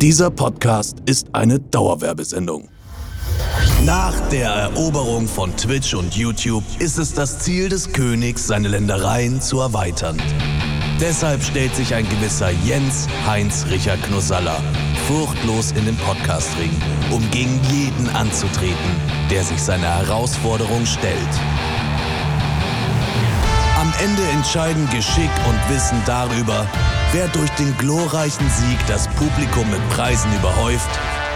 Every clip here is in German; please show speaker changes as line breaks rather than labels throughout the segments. Dieser Podcast ist eine Dauerwerbesendung. Nach der Eroberung von Twitch und YouTube ist es das Ziel des Königs, seine Ländereien zu erweitern. Deshalb stellt sich ein gewisser Jens Heinz Richard Knosalla furchtlos in den Podcastring, um gegen jeden anzutreten, der sich seiner Herausforderung stellt. Am Ende entscheiden Geschick und Wissen darüber, wer durch den glorreichen Sieg das Publikum mit Preisen überhäuft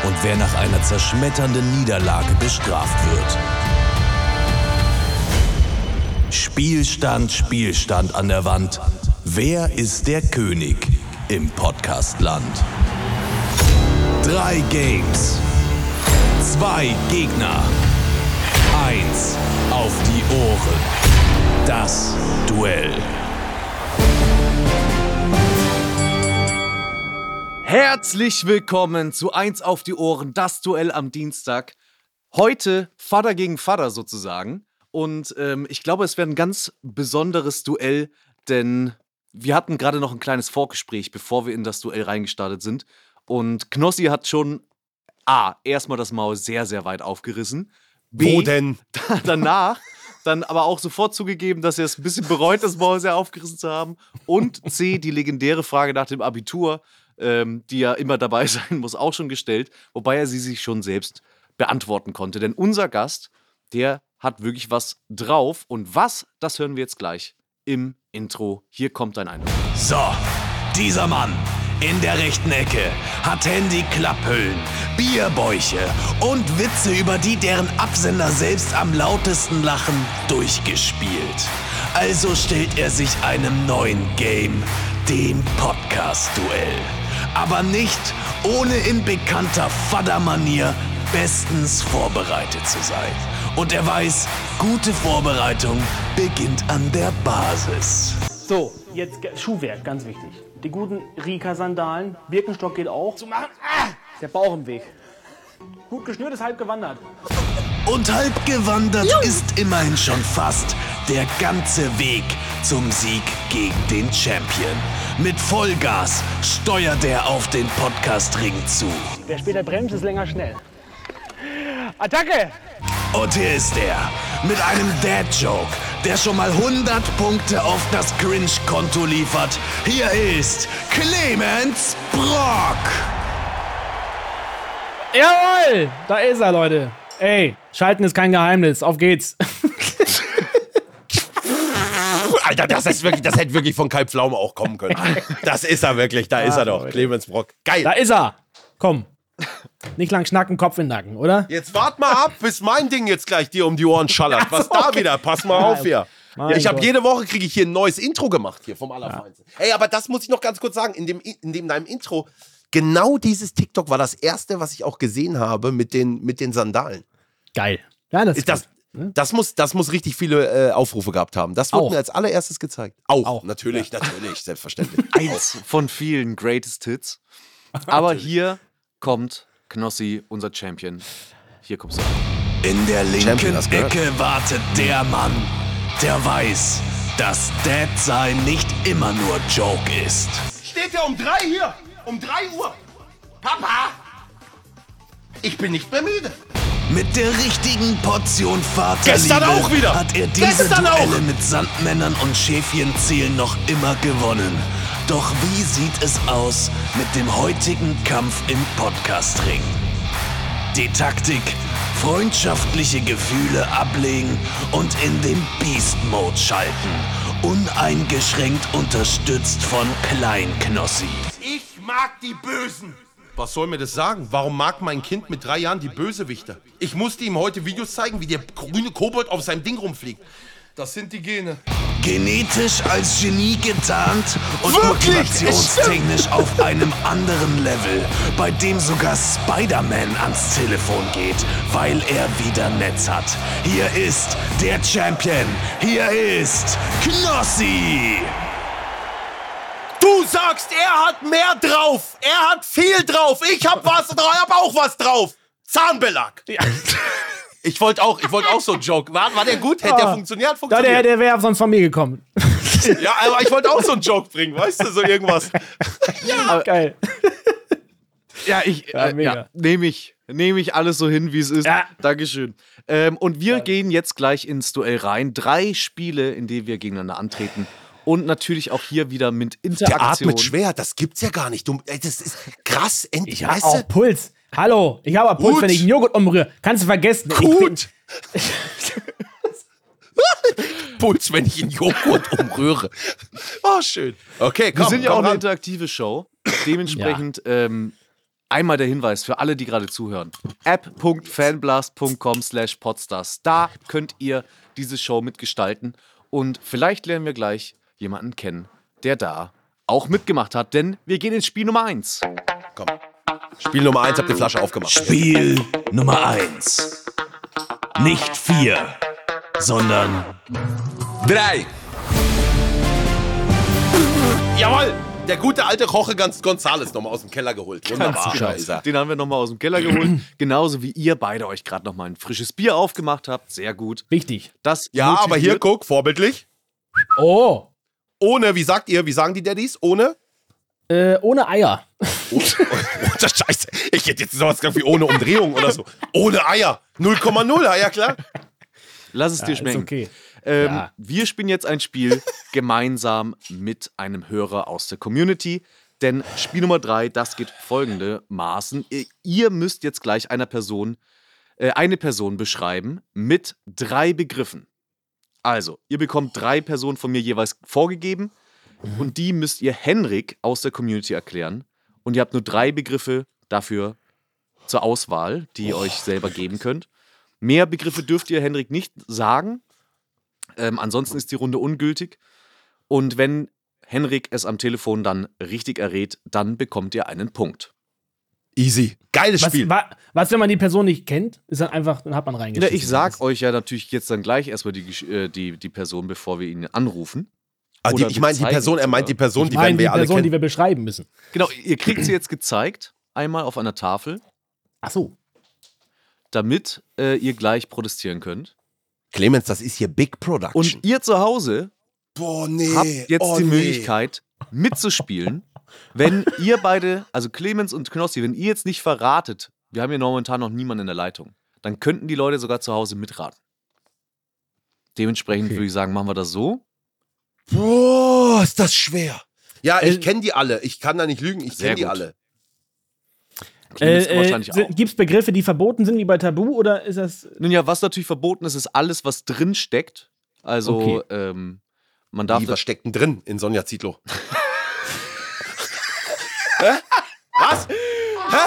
und wer nach einer zerschmetternden Niederlage bestraft wird. Spielstand, Spielstand an der Wand. Wer ist der König im Podcastland? Drei Games. Zwei Gegner. Eins auf die Ohren. Das Duell.
Herzlich willkommen zu Eins auf die Ohren, das Duell am Dienstag. Heute Vater gegen Vater sozusagen. Und ähm, ich glaube, es wird ein ganz besonderes Duell, denn wir hatten gerade noch ein kleines Vorgespräch, bevor wir in das Duell reingestartet sind. Und Knossi hat schon A, erstmal das Maul sehr, sehr weit aufgerissen. B,
Wo denn?
danach dann aber auch sofort zugegeben, dass er es ein bisschen bereut, das Maul sehr aufgerissen zu haben. Und C, die legendäre Frage nach dem Abitur, ähm, die ja immer dabei sein muss, auch schon gestellt, wobei er sie sich schon selbst beantworten konnte. Denn unser Gast, der hat wirklich was drauf. Und was, das hören wir jetzt gleich im Intro. Hier kommt ein Einblick.
So, dieser Mann in der rechten Ecke hat Handy-Klapphüllen, Bierbäuche und Witze, über die deren Absender selbst am lautesten lachen, durchgespielt. Also stellt er sich einem neuen Game, dem Podcast-Duell. Aber nicht ohne in bekannter Faddermanier bestens vorbereitet zu sein. Und er weiß, gute Vorbereitung beginnt an der Basis.
So, jetzt ge- Schuhwerk, ganz wichtig. Die guten Rika-Sandalen. Birkenstock geht auch. Zu machen. Ah! Der Bauch im Weg. Gut geschnürt ist halb gewandert.
Und halb gewandert ist immerhin schon fast der ganze Weg zum Sieg gegen den Champion. Mit Vollgas steuert er auf den Podcastring zu.
Wer später bremst, ist länger schnell. Attacke!
Und hier ist er mit einem Dad-Joke, der schon mal 100 Punkte auf das Cringe-Konto liefert. Hier ist Clemens Brock.
Jawoll! Da ist er, Leute. Ey, schalten ist kein Geheimnis. Auf geht's.
Alter, das ist wirklich, das hätte wirklich von Kai Pflaume auch kommen können. Das ist er wirklich, da ist er doch. Clemens Brock. Geil.
Da ist er. Komm. Nicht lang schnacken, Kopf in den Nacken, oder?
Jetzt wart mal ab, bis mein Ding jetzt gleich dir um die Ohren schallert. Was da wieder? Pass mal auf hier. Ja, ich habe
Gott.
jede Woche kriege ich hier ein neues Intro gemacht hier vom Allerfeinsten. Ey, aber das muss ich noch ganz kurz sagen. In dem, in dem deinem Intro, genau dieses TikTok war das erste, was ich auch gesehen habe mit den, mit den Sandalen.
Geil. Ja, das
Ist das, das, muss, das muss richtig viele äh, Aufrufe gehabt haben. Das wurde
Hm? Auch.
mir als allererstes gezeigt. Auch,
Auch,
natürlich, natürlich, selbstverständlich.
Eins von vielen Greatest Hits. Aber hier kommt Knossi, unser Champion. Hier kommst du.
In der linken
Champion, hast gehört.
Ecke wartet der Mann, der weiß, dass Dad-Sein nicht immer nur Joke ist.
steht er um drei hier. Um drei Uhr. Papa, ich bin nicht mehr müde.
Mit der richtigen Portion Vaterliebe
Gestern auch wieder.
hat er diese
Gestern auch.
Duelle mit Sandmännern und Schäfchenzählen noch immer gewonnen. Doch wie sieht es aus mit dem heutigen Kampf im Podcastring? Die Taktik, freundschaftliche Gefühle ablegen und in den Beast Mode schalten. Uneingeschränkt unterstützt von Kleinknossi.
Ich mag die Bösen.
Was soll mir das sagen? Warum mag mein Kind mit drei Jahren die Bösewichter? Ich musste ihm heute Videos zeigen, wie der grüne Kobold auf seinem Ding rumfliegt. Das sind die Gene.
Genetisch als Genie getarnt und
Wirklich?
motivationstechnisch auf einem anderen Level, bei dem sogar Spider-Man ans Telefon geht, weil er wieder Netz hat. Hier ist der Champion. Hier ist Knossi.
Du sagst, er hat mehr drauf. Er hat viel drauf. Ich hab was drauf. Ich hab auch was drauf. Zahnbelag. Ich wollte auch, ich wollte auch so einen Joke. War, war der gut? Hätte
Ah.
der funktioniert?
Da, der,
Funktioniert.
der wäre sonst von mir gekommen.
Ja, aber ich wollte auch so einen Joke bringen, weißt du, so irgendwas.
Geil.
Ja, ich
Ja,
äh,
mega.
ja, nehme ich. Nehme ich alles so hin, wie es ist.
Ja.
Dankeschön. Ähm, und wir gehen jetzt gleich ins Duell rein. Drei Spiele, in denen wir gegeneinander antreten. Und natürlich auch hier wieder mit
Der
Interaktion.
atmet schwer, das gibt's ja gar nicht. Du, ey, das ist krass. End,
Ich habe auch Puls. Hallo, ich habe Puls,
Gut.
wenn ich einen Joghurt umrühre. Kannst du vergessen. Ich bin,
Gut. Puls, wenn ich in Joghurt umrühre. Oh, schön. Okay, komm.
Wir sind ja
komm
auch eine
ran.
interaktive Show. Dementsprechend ähm, einmal der Hinweis für alle, die gerade zuhören. app.fanblast.com slash podstars. Da könnt ihr diese Show mitgestalten. Und vielleicht lernen wir gleich jemanden kennen, der da auch mitgemacht hat. Denn wir gehen ins Spiel Nummer 1.
Spiel Nummer eins, hab die Flasche aufgemacht.
Spiel Nummer 1. Nicht 4, sondern
Drei. Jawohl. Der gute alte Roche ganz Gonzales nochmal aus dem Keller geholt. Wunderbar. da ist er.
Genau, Den haben wir nochmal aus dem Keller geholt. Genauso wie ihr beide euch gerade nochmal ein frisches Bier aufgemacht habt. Sehr gut.
wichtig.
Das
Ja, aber hier,
motiviert-
guck, vorbildlich.
Oh,
Ohne, wie sagt ihr, wie sagen die Daddies? Ohne?
äh, ohne Eier.
Ups. Oh, das Scheiße. Ich hätte jetzt sowas gesagt wie ohne Umdrehung oder so. Ohne Eier. 0,0, ah, ja klar.
Lass es dir
Ist
schmecken.
okay.
Ähm,
Ja.
Wir spielen jetzt ein Spiel gemeinsam mit einem Hörer aus der Community. Denn Spiel Nummer drei, das geht folgendermaßen. Ihr- Ihr müsst jetzt gleich einer Person, äh, eine Person beschreiben mit drei Begriffen. Also, ihr bekommt drei Personen von mir jeweils vorgegeben und die müsst ihr Henrik aus der Community erklären. Und ihr habt nur drei Begriffe dafür zur Auswahl, die ihr euch selber geben könnt. Mehr Begriffe dürft ihr Henrik nicht sagen. Ähm, ansonsten ist die Runde ungültig. Und wenn Henrik es am Telefon dann richtig errät, dann bekommt ihr einen Punkt.
Easy. Geiles
Was,
Spiel.
wa, was, wenn man die Person nicht kennt, ist dann einfach, dann hat man
Na,
reingeschissen.
ich sag euch ja natürlich jetzt dann gleich erstmal die, Gesch- äh, die, die Person, bevor wir ihn anrufen.
Ah, die,
oder
ich meine die
bezeichnet
Person, er meint die Person, die
Nein,
werden
die
wir ja alle
Person, die
kennen.
wir beschreiben müssen.
Genau, ihr kriegt sie jetzt gezeigt, einmal auf einer Tafel,
Ach so.
damit äh, ihr gleich protestieren könnt.
Clemens, das ist hier Big Production.
Und ihr zu Hause
boah, nee.
habt jetzt
oh,
die
nee.
Möglichkeit mitzuspielen. Wenn ihr beide, also Clemens und Knossi, wenn ihr jetzt nicht verratet, wir haben hier momentan noch niemanden in der Leitung, dann könnten die Leute sogar zu Hause mitraten. Dementsprechend würde ich sagen, machen wir das so.
Boah, ist das schwer. Ja, ich kenne die alle. Ich kann da nicht lügen. Ich
Äh, Sehr
kenne die
gut.
alle.
Äh,
Clemens kann wahrscheinlich auch.
Gibt es Begriffe, die verboten sind, wie bei Tabu, oder ist das.
Nun ja, was natürlich verboten ist, ist alles, was drin steckt. Also,
Okay.
ähm, man darf
Die, was
das.
steckt denn drin in Sonja Zietlow?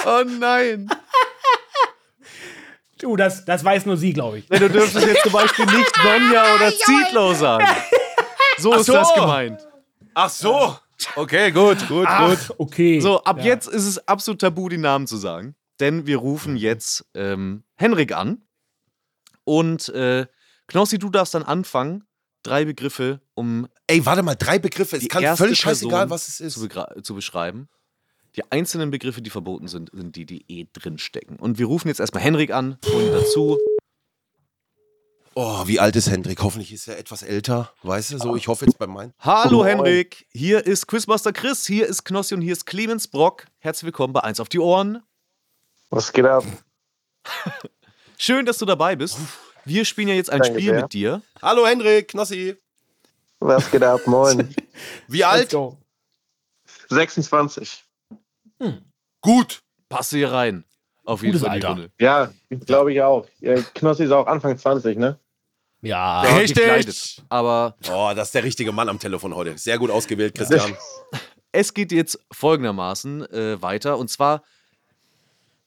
Oh nein!
Du, das, das weiß nur sie, glaube ich.
Du dürftest jetzt zum Beispiel nicht Sonja oder Zietlow sagen. So ist
so.
das gemeint.
Ach so. Okay, gut, gut, gut.
Okay.
So, ab jetzt ist es absolut tabu, die Namen zu sagen. Denn wir
Mhm.
rufen jetzt ähm, Henrik an. Und äh, Knossi, du darfst dann anfangen, drei Begriffe, um
Ey, warte mal, drei Begriffe. Es
die
kann
erste
völlig scheißegal,
Person
was es ist.
Zu, begra- zu beschreiben. Die einzelnen Begriffe, die verboten sind, sind die, die eh drinstecken. Und wir rufen jetzt erstmal Henrik an, holen ihn dazu.
Oh, wie alt ist Hendrik? Hoffentlich ist er etwas älter. Weißt du,
Ah.
so, ich hoffe jetzt bei meinen.
Hallo Henrik, hier ist Quizmaster Chris, hier ist Knossi und hier ist Clemens Brock. Herzlich willkommen bei 1 auf die Ohren.
Was geht ab?
Schön, dass du dabei bist. Wir spielen ja jetzt ein
Danke
Spiel
sehr.
mit dir.
Hallo Hendrik, Knossi.
Was geht ab? Moin.
Wie alt?
26.
Gut.
Passt du hier rein. Auf jeden
Gutes
Fall die
Alter.
Runde.
Ja, glaube ich auch. Ja, Knossi ist auch Anfang 20, ne?
Ja.
Ja,
Richtig.
gekleidet. Aber
Oh, das ist der richtige Mann am Telefon heute. Sehr gut ausgewählt, Christian.
es geht jetzt folgendermaßen äh, weiter. Und zwar,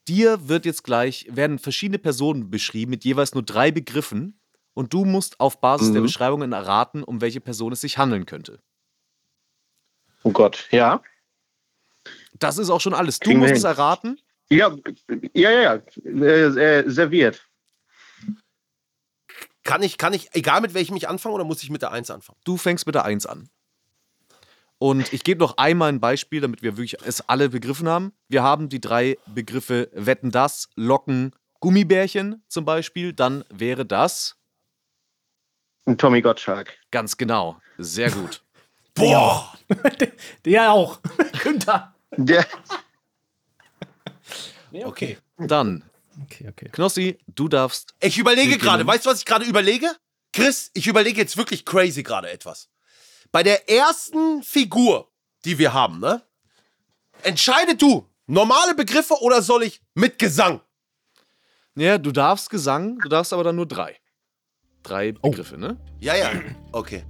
dir wird jetzt gleich, werden verschiedene Personen beschrieben mit jeweils nur drei Begriffen. Und du musst auf Basis
Mhm.
der Beschreibungen erraten, um welche Person es sich handeln könnte.
Oh Gott, ja.
Das ist auch schon alles. Du
Kriegen wir
musst es
hin.
erraten.
Ja, ja, ja, ja. Äh, äh, serviert.
Kann ich, kann ich, egal mit welchem ich anfange oder muss ich mit der Eins anfangen?
Du fängst mit der 1 an. Und ich gebe noch einmal ein Beispiel, damit wir wirklich es alle begriffen haben. Wir haben die drei Begriffe Wetten das, Locken, Gummibärchen zum Beispiel. Dann wäre das
Ein Tommy Gottschalk.
Ganz genau. Sehr gut.
Boah!
Ja, auch. Günther.
Der,
Ja, okay.
Dann,
Okay, okay.
Knossi, du darfst.
Ich überlege
Nicht
gerade,
genug.
weißt du, was ich gerade überlege? Chris, ich überlege jetzt wirklich crazy gerade etwas. Bei der ersten Figur, die wir haben, ne? Entscheide du, normale Begriffe oder soll ich mit Gesang?
Ja, du darfst Gesang, du darfst aber dann nur drei. Drei Begriffe, ne?
Ja, ja. Okay.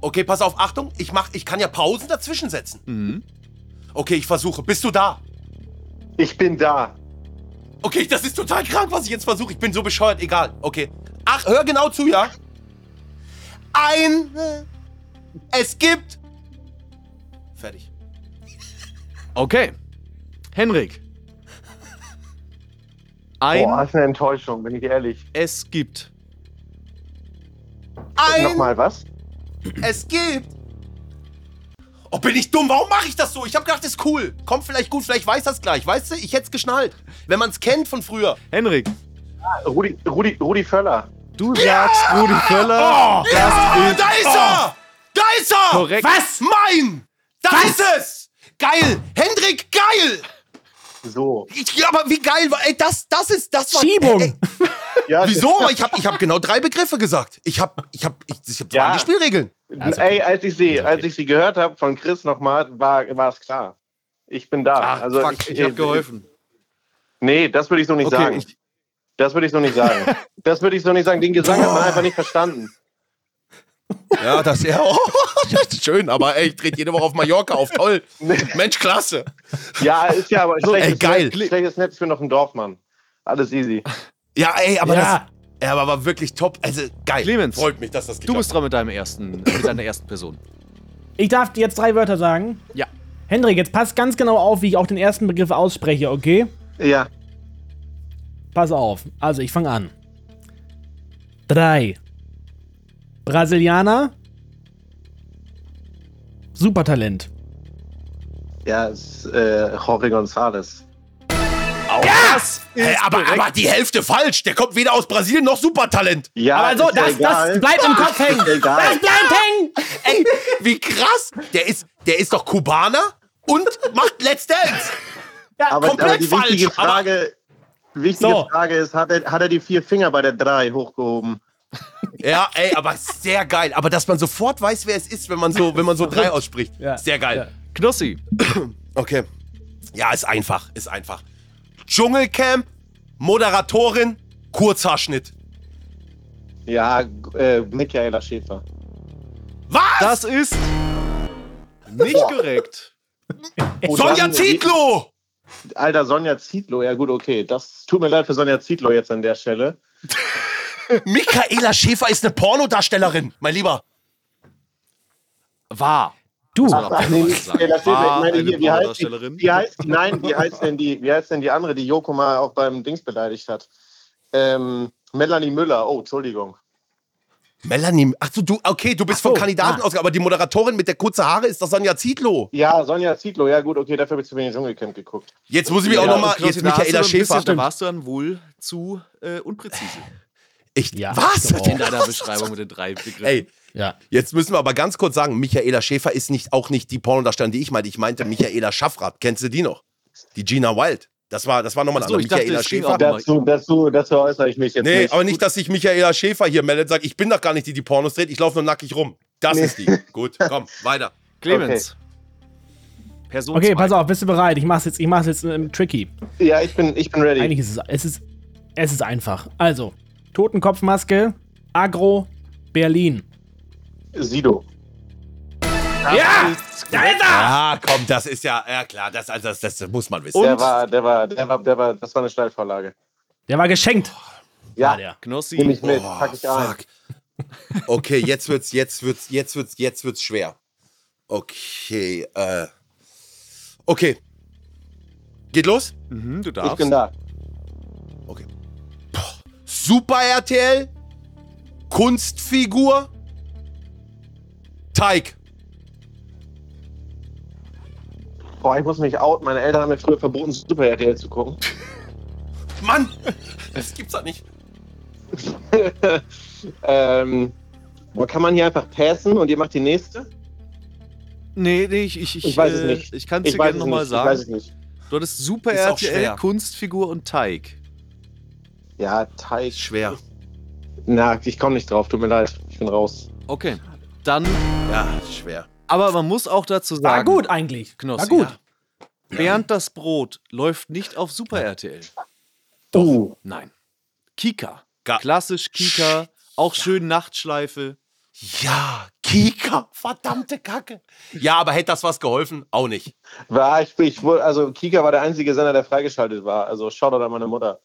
Okay, pass auf, Achtung, ich mach, ich kann ja Pausen dazwischen setzen.
Mhm.
Okay, ich versuche. Bist du da?
Ich bin da.
Okay, das ist total krank, was ich jetzt versuche. Ich bin so bescheuert, egal. Okay. Ach, hör genau zu, ja? Ein. Es gibt. Fertig.
Okay. Henrik. Ein
Boah, das ist eine Enttäuschung, bin ich ehrlich.
Es gibt.
Ein.
Nochmal was?
Es gibt. Oh, bin ich dumm? Warum mache ich das so? Ich habe gedacht, ist cool. Kommt vielleicht gut, vielleicht weiß das gleich. Weißt du, ich hätte es geschnallt. Wenn man es kennt von früher.
Henrik,
Rudi, Rudi, Rudi Völler.
du sagst Rudi Völler. Oh, das
Ah,
ist oh.
da ist er! Da ist er!
korrekt.
Was? Mein! Da ist es! Geil! Hendrik, geil!
So.
Ich, ja, aber wie geil war. Ey, das, das ist. Das war.
Schiebung!
Ey,
Ja,
wieso? Ich habe ich hab genau drei Begriffe gesagt. Ich habe ich hab, ich, ich hab, das
Ja.
waren die Spielregeln.
Ey, als ich sie, als ich sie gehört habe von Chris nochmal, war war es klar. Ich bin da.
Ah,
also
fuck, ich, hab geholfen.
Nee, das würde ich so nicht
Okay,
sagen.
ich-
das würde ich so nicht sagen. das würde ich so nicht sagen. Den Gesang hat man einfach nicht verstanden.
Ja, das, ja, oh, das ist schön, aber ey, ich trete jede Woche auf Mallorca auf. Toll. Mensch, klasse.
Ja, ist ja aber schlechtes,
Ey, geil.
Netz, schlechtes Netz für noch einen Dorfmann. Alles easy.
Ja, ey, aber
Ja.
das. Ja, aber war wirklich top. Also geil.
Clemens,
Freut mich, dass das
Du
geklappt
bist dran mit deinem ersten, mit deiner ersten Person.
Ich darf dir jetzt drei Wörter sagen.
Ja.
Hendrik, jetzt pass ganz genau auf, wie ich auch den ersten Begriff ausspreche, okay?
Ja.
Pass auf. Also, ich fange an. Drei. Brasilianer. Supertalent.
Ja, ist äh, Jorge González.
Hä, aber, aber die Hälfte falsch. Der kommt weder aus Brasilien noch Supertalent.
Ja,
Aber so,
ist ja
Also, das,
egal.
das bleibt im Kopf hängen.
egal.
Das bleibt hängen.
Ey, wie krass. Der ist, der ist doch Kubaner und macht Let's Dance.
aber,
komplett
aber die wichtige
falsch, aber-
Frage, wichtige
So.
Frage ist, hat er, hat er die vier Finger bei der drei hochgehoben?
Ja, ey, aber sehr geil. Aber dass man sofort weiß, wer es ist, wenn man so, wenn man so drei ausspricht.
Ja.
Sehr geil.
Ja.
Knossi,
Okay. Ja, ist einfach, ist einfach. Dschungelcamp, Moderatorin, Kurzhaarschnitt.
Ja, äh, Michaela Schäfer.
Was?
das ist nicht korrekt.
Oh,
Sonja
dann-
Zietlow!
Alter, Sonja Zietlow, ja gut, okay. Das tut mir leid für Sonja Zietlow jetzt an der Stelle.
Michaela Schäfer ist eine Pornodarstellerin, mein Lieber.
War.
Du.
Ach, nee, nicht Michaela Schäfer,
War
ich meine
eine
hier, wie heißt,
Pornodarstellerin?
die, wie heißt nein, wie heißt denn die, wie heißt denn die andere, die Joko mal auch beim Dings beleidigt hat? Ähm, Melanie Müller, oh, Entschuldigung.
Melanie, ach so, du, okay, du bist von
ah.
Kandidaten aus, aber die Moderatorin mit der kurzen Haare ist doch Sonja Zietlow.
Ja, Sonja Zietlow, ja gut, okay, dafür habe ich zu wenig Dschungelcamp geguckt.
Jetzt muss ich mich auch
Ja,
nochmal,
Knossi,
jetzt
da hast du
Michaela
dann ein
Schäfer.
bisschen- Da warst du dann wohl zu äh, unpräzise
Ich,
Ja.
was?
in deiner Beschreibung mit den drei Begriffen.
Oh. Ey,
Ja.
jetzt müssen wir aber ganz kurz sagen, Michaela Schäfer ist nicht, auch nicht die Pornodarstellerin, die ich meinte. Ich meinte Michaela Schaffrath. Kennst du die noch? Die Gina Wild. Das war, das war nochmal
Ach
eine
so,
andere.
ich dachte,
Michaela
es ging
Schäfer.
auch- um
Dazu, dazu, dazu äußere ich mich jetzt
Nee,
nicht.
aber nicht, dass sich Michaela Schäfer hier meldet und sagt, ich bin doch gar nicht die, die Pornos dreht, ich laufe nur nackig rum. Das ist die. Gut, komm, weiter.
Clemens. Person
Okay,
zwei.
pass auf, bist du bereit? Ich mach's jetzt, ich mach's jetzt ähm, tricky.
Ja, ich bin, ich bin ready.
Eigentlich ist es, es ist, es ist einfach. Also, Totenkopfmaske, Agro, Berlin.
Sido.
Ja! Da ist er!
Ah, komm, das ist ja, ja klar, das, also das, das muss man wissen.
Der war, der war, der war, der war, das war eine Steilvorlage.
Der war geschenkt.
Ah,
Ja,
der.
nehme
Knossi,
ich mit, pack ich ein.
Oh, Okay, jetzt wird's, jetzt wird's, jetzt wird's, jetzt wird's schwer. Okay, äh. Okay. Geht los?
mhm, du
Ich
darfst.
bin da.
Super RTL, Kunstfigur, Teig.
Boah, ich muss mich out. Meine Eltern haben mir früher verboten, Super RTL zu gucken.
Mann! Das gibt's doch nicht.
ähm, boah, kann man hier einfach passen und ihr macht die nächste?
Nee, nee, ich, ich, ich,
Ich weiß es
äh,
nicht.
Ich kann es
Ich
dir
weiß
gerne
es
nochmal
nicht. Ich weiß
sagen.
es nicht.
Du hattest Super
Ist auch
RTL,
schwer.
Kunstfigur und Teig.
Ja, Teig.
Schwer.
Na, ich komme nicht drauf. Tut mir leid. Ich bin raus.
Okay. Dann,
Ja, schwer.
aber man muss auch dazu sagen,
War Ah, gut eigentlich.
Knossi,
War gut.
Ja. Bernd das Brot läuft nicht auf Super RTL.
Oh.
Nein. Kika.
Ga-
Klassisch Kika. Auch schön Nachtschleife.
Ja, Kika, verdammte Kacke. Ja, aber hätte das was geholfen? Auch nicht.
War, ich, ich, wohl- also Kika war der einzige Sender, der freigeschaltet war. Also Shoutout an meine Mutter.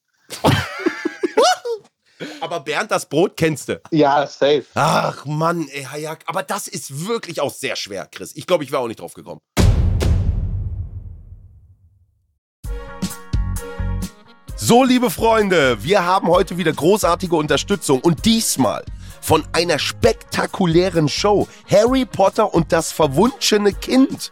Aber Bernd, das Brot kennst du.
Ja, safe.
Ach Mann, ey, Hayek. Aber das ist wirklich auch sehr schwer, Chris. Ich glaube, ich wäre auch nicht drauf gekommen. So, liebe Freunde, wir haben heute wieder großartige Unterstützung und diesmal von einer spektakulären Show. Harry Potter und das verwunschene Kind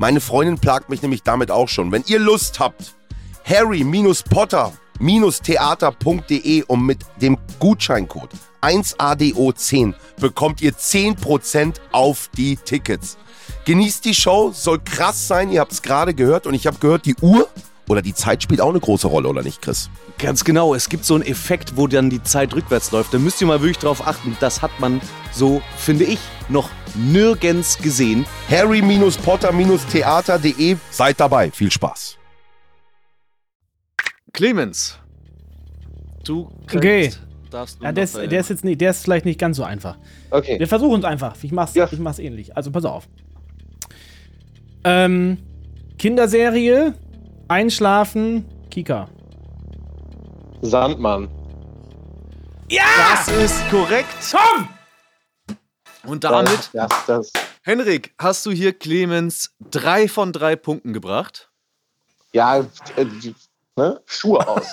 Meine Freundin plagt mich nämlich damit auch schon. Wenn ihr Lust habt, harry-potter-theater.de und um mit dem Gutscheincode 1ADO10 bekommt ihr 10% auf die Tickets. Genießt die Show, soll krass sein, ihr habt es gerade gehört und ich habe gehört, die Uhr oder die Zeit spielt auch eine große Rolle, oder nicht, Chris?
Ganz genau, es gibt so einen Effekt, wo dann die Zeit rückwärts läuft. Da müsst ihr mal wirklich drauf achten. Das hat man, so finde ich, noch nirgends gesehen.
harry-potter-theater.de. Seid dabei. Viel Spaß.
Clemens, du kannst,
Okay.
darfst du
Ja, der, ist, der, ist jetzt nicht, der ist vielleicht nicht ganz so einfach.
Okay.
Wir versuchen es einfach. Ich mach's,
Ja.
ich mach's ähnlich. Also pass auf. Ähm, Kinderserie, Einschlafen, Kika.
Sandmann.
das ist korrekt. Und damit,
Das, das.
Henrik, hast du hier Clemens drei von drei Punkten gebracht.
Ja, äh, ne? Schuhe aus.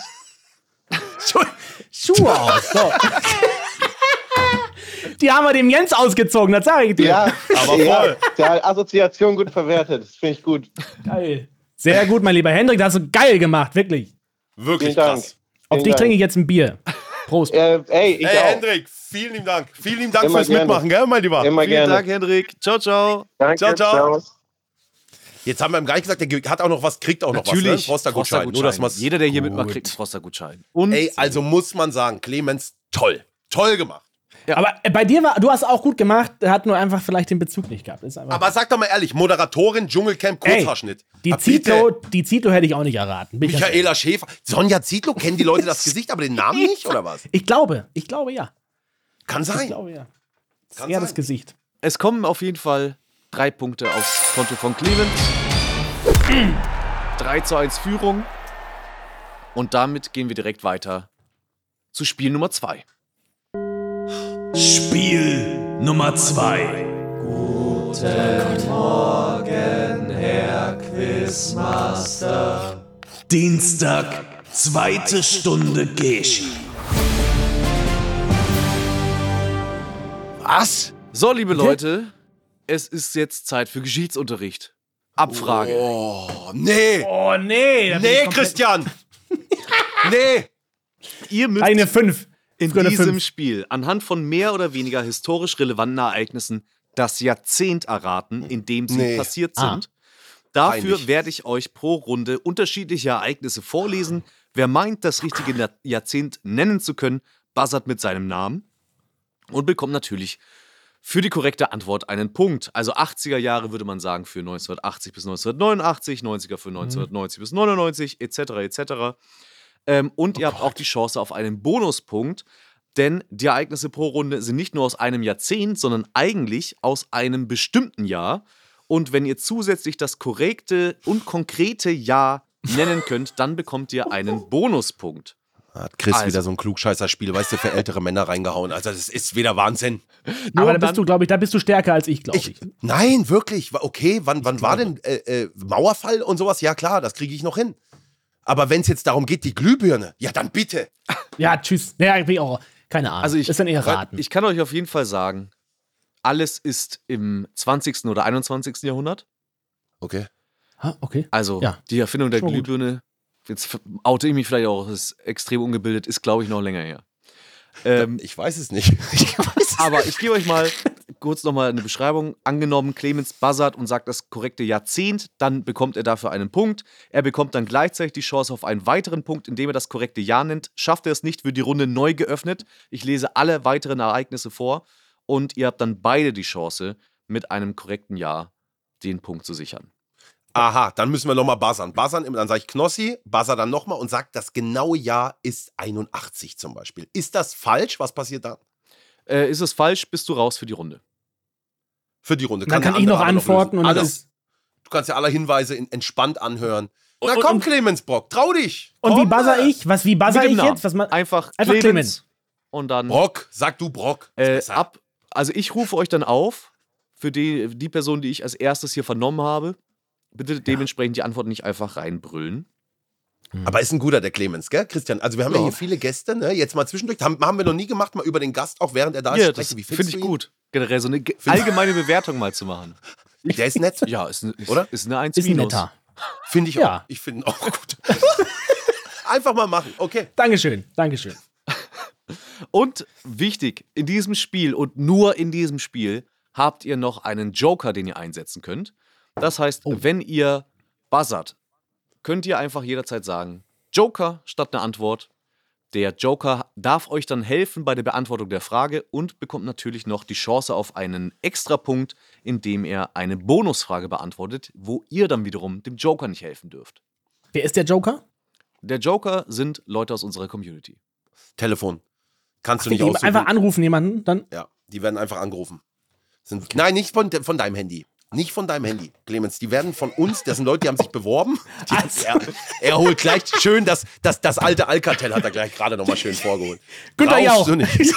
Schuhe aus. So. Die haben wir dem Jens ausgezogen, das sage ich dir.
Ja, aber voll. Ja, der Assoziation gut verwertet. Das finde ich gut.
Geil. Sehr gut, mein lieber Hendrik, das hast du geil gemacht, wirklich.
Vielen
Wirklich
Dank.
krass.
Auf
Vielen
dich
Dank.
trinke ich jetzt ein Bier. Prost.
Äh, ey, ich
Hey,
auch.
Hendrik, vielen lieben Dank. Vielen lieben Dank
Immer
fürs
gerne.
Mitmachen, gell, mein Lieber?
Immer
Vielen
gerne.
Dank, Henrik. Ciao, ciao.
Danke.
Ciao, ciao.
ciao.
Jetzt haben wir ihm gar nicht gesagt, der ge- hat auch noch was, kriegt auch noch was. Ne? Froster-Gutschein. Nur, dass man's-
Jeder, der hier mitmacht, kriegt einen Frostergutschein. Und
Ey, also muss man sagen, Clemens, toll. Toll gemacht.
Aber äh, bei dir war, du hast auch gut gemacht, er hat nur einfach vielleicht den Bezug nicht gehabt. Ist einfach
Aber sag doch mal ehrlich, Moderatorin, Dschungelcamp,
Ey,
Kurzhaarschnitt.
die
Ah, bitte.
Zito, die Zito hätte ich auch nicht erraten. Bin ich ganz ehrlich.
Michaela Schäfer. Sonja Zietlow, kennen die Leute das Gesicht, aber den Namen nicht, oder was?
Ich glaube, ich glaube ja.
Kann
Ich
sein.
glaube ja. Das ist
Kann
eher
sein.
das Gesicht.
Es kommen auf jeden Fall drei Punkte aufs Konto von Clemens. 3 zu 1 Führung. Und damit gehen wir direkt weiter zu Spiel Nummer 2.
Spiel Nummer 2. Guten Morgen, Herr Quizmaster. Dienstag, zweite Stunde Geschi.
Was?
So, liebe Leute, es ist jetzt Zeit für Geschichtsunterricht. Abfrage.
Oh, nee.
Oh nee. da bin ich
nee,
komplett-
Christian. nee.
Ihr müsst
Eine 5.
in
Früher eine
diesem
Fünf.
Spiel anhand von mehr oder weniger historisch relevanten Ereignissen das Jahrzehnt erraten, in dem sie
Nee.
passiert
Ah.
sind. Dafür
Peinlich.
werde ich euch pro Runde unterschiedliche Ereignisse vorlesen. Wer meint, das richtige Na- Jahrzehnt nennen zu können, buzzert mit seinem Namen und bekommt natürlich für die korrekte Antwort einen Punkt. Also 80er Jahre würde man sagen für 1980 bis 1989, 90er für 1990 bis 99, etc. etc. Ähm,
Oh
und ihr habt auch die Chance auf einen Bonuspunkt, denn die Ereignisse pro Runde sind nicht nur aus einem Jahrzehnt, sondern eigentlich aus einem bestimmten Jahr. Und wenn ihr zusätzlich das korrekte und konkrete Jahr nennen könnt, dann bekommt ihr einen Bonuspunkt.
Hat Chris
Also.
wieder so ein Klugscheißerspiel, weißt du, für ältere Männer reingehauen. Also das ist wieder Wahnsinn.
Aber da
dann-
bist du, glaube ich, da bist du stärker als ich, glaube ich.
Nein, wirklich. Wa- Okay, wann, wann war denn äh, äh, Mauerfall und sowas? Ja klar, das kriege ich noch hin. Aber wenn es jetzt darum geht, die Glühbirne, ja dann bitte.
Ja, tschüss. Naja, ich bin auch. Keine Ahnung.
Also ich-
ist dann eher raten.
Ich kann euch auf jeden Fall sagen, alles ist im 20. oder 21. Jahrhundert.
Okay.
Ha, okay.
Also
Ja.
die Erfindung der
Schon gut.
Glühbirne, jetzt f- oute ich mich vielleicht auch, ist extrem ungebildet, ist glaube ich noch länger her. Ähm,
Hm, Ich weiß es nicht. Ich weiß es
aber ich gebe euch mal kurz nochmal eine Beschreibung. Angenommen, Clemens buzzert und sagt das korrekte Jahrzehnt, dann bekommt er dafür einen Punkt. Er bekommt dann gleichzeitig die Chance auf einen weiteren Punkt, indem er das korrekte Jahr nennt. Schafft er es nicht, wird die Runde neu geöffnet. Ich lese alle weiteren Ereignisse vor und ihr habt dann beide die Chance, mit einem korrekten Jahr den Punkt zu sichern.
Aha, dann müssen wir nochmal buzzern. Buzzern, dann sage ich Knossi, buzzer dann nochmal und sag, das genaue Jahr ist 81 zum Beispiel. Ist das falsch? Was passiert dann?
Äh, ist es falsch, bist du raus für die Runde.
Für die Runde.
Dann kann
der
ich
andere
noch
aber
antworten
lösen.
und dann
Alles. Du kannst ja alle Hinweise in, entspannt anhören. Na
und-
komm,
und-
Clemens Brock, trau dich.
Und wie
Komm,
buzzer
äh,
ich? Was, wie genau?
Mit
buzzer
dem
Also ich
Namen.
jetzt? Was man,
Einfach,
Einfach
Clemens.
Clemens.
Und dann
Brock, sag du Brock. Ist
äh,
besser.
ab. Also ich rufe euch dann auf, für die, die Person, die ich als erstes hier vernommen habe. Bitte dementsprechend die Antwort nicht einfach reinbrüllen.
Aber ist ein guter, der Clemens, gell, Christian? Also, wir haben ja, hier viele Gäste, ne? Jetzt mal zwischendurch. Haben, haben wir noch nie gemacht, mal über den Gast, auch während er da ist.
Ja,
Ah, sprechen.
das
Wie findest
finde
du
ich
ihn?
gut. Generell so eine ge- allgemeine Bewertung mal zu machen.
Der ist nett.
Ja, ist, ein- ist,
Oder?
ist eine 1
ist ein
minus.
netter.
Finde ich
Ja.
auch. Ich finde ihn auch gut. Einfach mal machen, okay.
Dankeschön. Dankeschön.
Und wichtig, in diesem Spiel und nur in diesem Spiel habt ihr noch einen Joker, den ihr einsetzen könnt. Das heißt, wenn ihr buzzert, könnt ihr einfach jederzeit sagen, Joker statt einer Antwort. Der Joker darf euch dann helfen bei der Beantwortung der Frage und bekommt natürlich noch die Chance auf einen Extrapunkt, indem er eine Bonusfrage beantwortet, wo ihr dann wiederum dem Joker nicht helfen dürft.
Wer ist der Joker?
Der Joker sind Leute aus unserer Community.
Telefon. Kannst du nicht
Eben
aussuchen.
einfach anrufen jemanden, dann.
Ja, die werden einfach angerufen. Sind, Nein, nicht von, de- von deinem Handy. Nicht von deinem Handy, Clemens. Die werden von uns, das sind Leute, die haben sich beworben. Die, er, er holt gleich schön das, das, das alte Alcatel, hat er gleich gerade nochmal schön vorgeholt.
Günther Jauch.
Brauchst du nicht.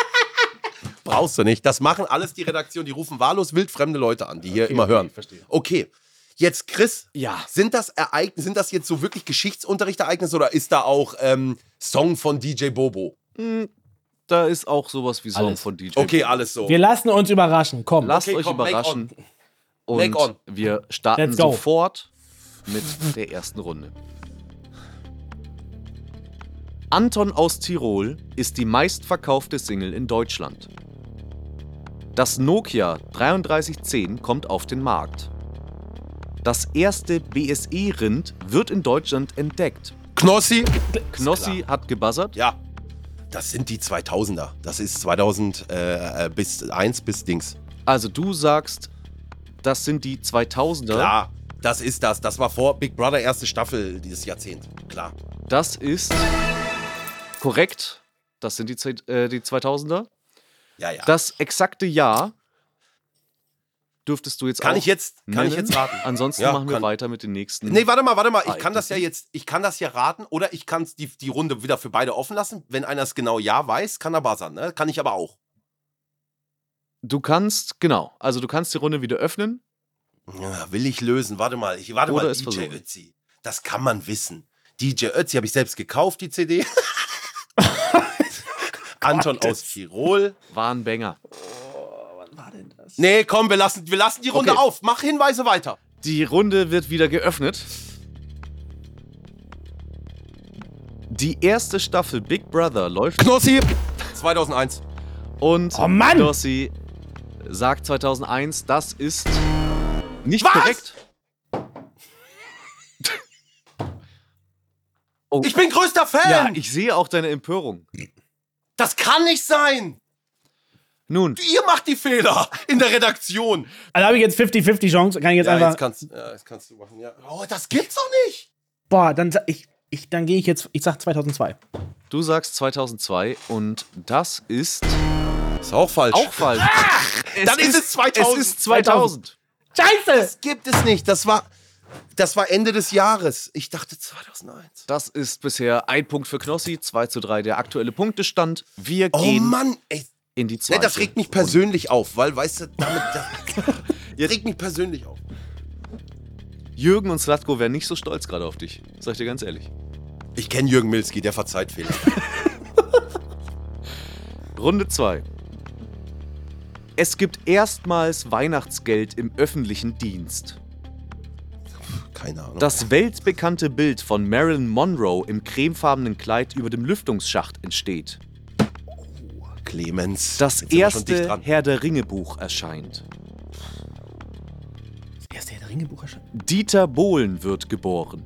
Brauchst du nicht. Das machen alles die Redaktion. Die rufen wahllos wildfremde Leute an, die hier immer hören. Okay, jetzt Chris.
Ja.
Sind das Ereignisse, sind das jetzt so wirklich Geschichtsunterrichtereignisse oder ist da auch ähm, Song von DJ Bobo?
Da ist auch sowas wie Song
Alles.
von DJ
Okay, alles so.
Wir lassen uns überraschen. Komm.
Lasst
Okay,
euch
komm, make
überraschen.
Make on.
Und wir starten
Let's go.
sofort mit der ersten Runde. Anton aus Tirol ist die meistverkaufte Single in Deutschland. Das Nokia 3310 kommt auf den Markt. Das erste BSE-Rind wird in Deutschland entdeckt.
Knossi.
Knossi hat gebuzzert.
Ja. Das sind die 2000er. Das ist 2000 äh, äh, bis 1 bis Dings.
Also du sagst, das sind die 2000er.
Klar, das ist das. Das war vor Big Brother erste Staffel dieses Jahrzehnt. Klar.
Das ist korrekt. Das sind die, Zeit- äh, die 2000er.
Ja, ja.
Das exakte Jahr dürftest du jetzt
kann
auch
ich jetzt kann ich
nennen.
jetzt raten.
Ansonsten
Ja,
machen wir
kann-
weiter mit den nächsten.
Nee, warte mal, warte mal. Ich
Ah,
kann das ja jetzt, ich kann das ja raten oder ich kann die, die Runde wieder für beide offen lassen. Wenn einer es genau ja weiß, kann er buzzern. Ne? Kann ich aber auch.
du kannst, genau, also du kannst die Runde wieder öffnen.
Ja, will ich lösen. Warte mal, ich warte
Oder
mal,
es
DJ
versuchen.
Ötzi. Das kann man wissen. DJ Ötzi habe ich selbst gekauft, die CD. Anton aus Tirol.
War ein Banger.
Nee, komm, wir lassen, wir lassen die Runde
Okay.
auf. Mach Hinweise weiter.
Die Runde wird wieder geöffnet. Die erste Staffel Big Brother läuft
Knossi! 2001.
und
Oh, Mann!
Dossi sagt 2001, das ist nicht korrekt. Oh.
Ich bin größter Fan.
Ja, ich sehe auch deine Empörung.
das kann nicht sein.
Nun,
Ihr macht die Fehler in der Redaktion.
Also habe ich jetzt 50-50 Chance. Kann ich jetzt
Ja,
einfach.
jetzt kannst, ja, jetzt kannst du machen. Ja. Oh, das gibt's doch nicht.
boah, dann, sa- ich, ich, dann gehe ich jetzt. Ich sag 2002.
du sagst 2002 und das ist
Ist auch falsch.
auch falsch.
Ah! Dann ist es 2000.
Es ist 2000.
Scheiße!
gibt es nicht. Das war, das war Ende des Jahres. Ich dachte 2001.
Das ist bisher ein Punkt für Knossi, 2 zu 3 der aktuelle Punktestand. Wir
Oh
gehen
Mann, ey.
in die
Ne,
zweite.
das regt mich persönlich auf, weil, weißt du, damit. Das, das regt mich persönlich auf.
Jürgen und Slatko wären nicht so stolz gerade auf dich. Sag ich dir ganz ehrlich.
Ich kenne Jürgen Milski, der verzeiht Fehler.
Runde 2. Es gibt erstmals Weihnachtsgeld im öffentlichen Dienst.
Keine Ahnung.
Das weltbekannte Bild von Marilyn Monroe im cremefarbenen Kleid über dem Lüftungsschacht entsteht.
Clemens.
Das
Jetzt sind wir schon dicht
erste
dran.
Herr der Ringe Buch erscheint.
Das erste Herr der Ringe Buch erscheint.
Dieter Bohlen wird geboren.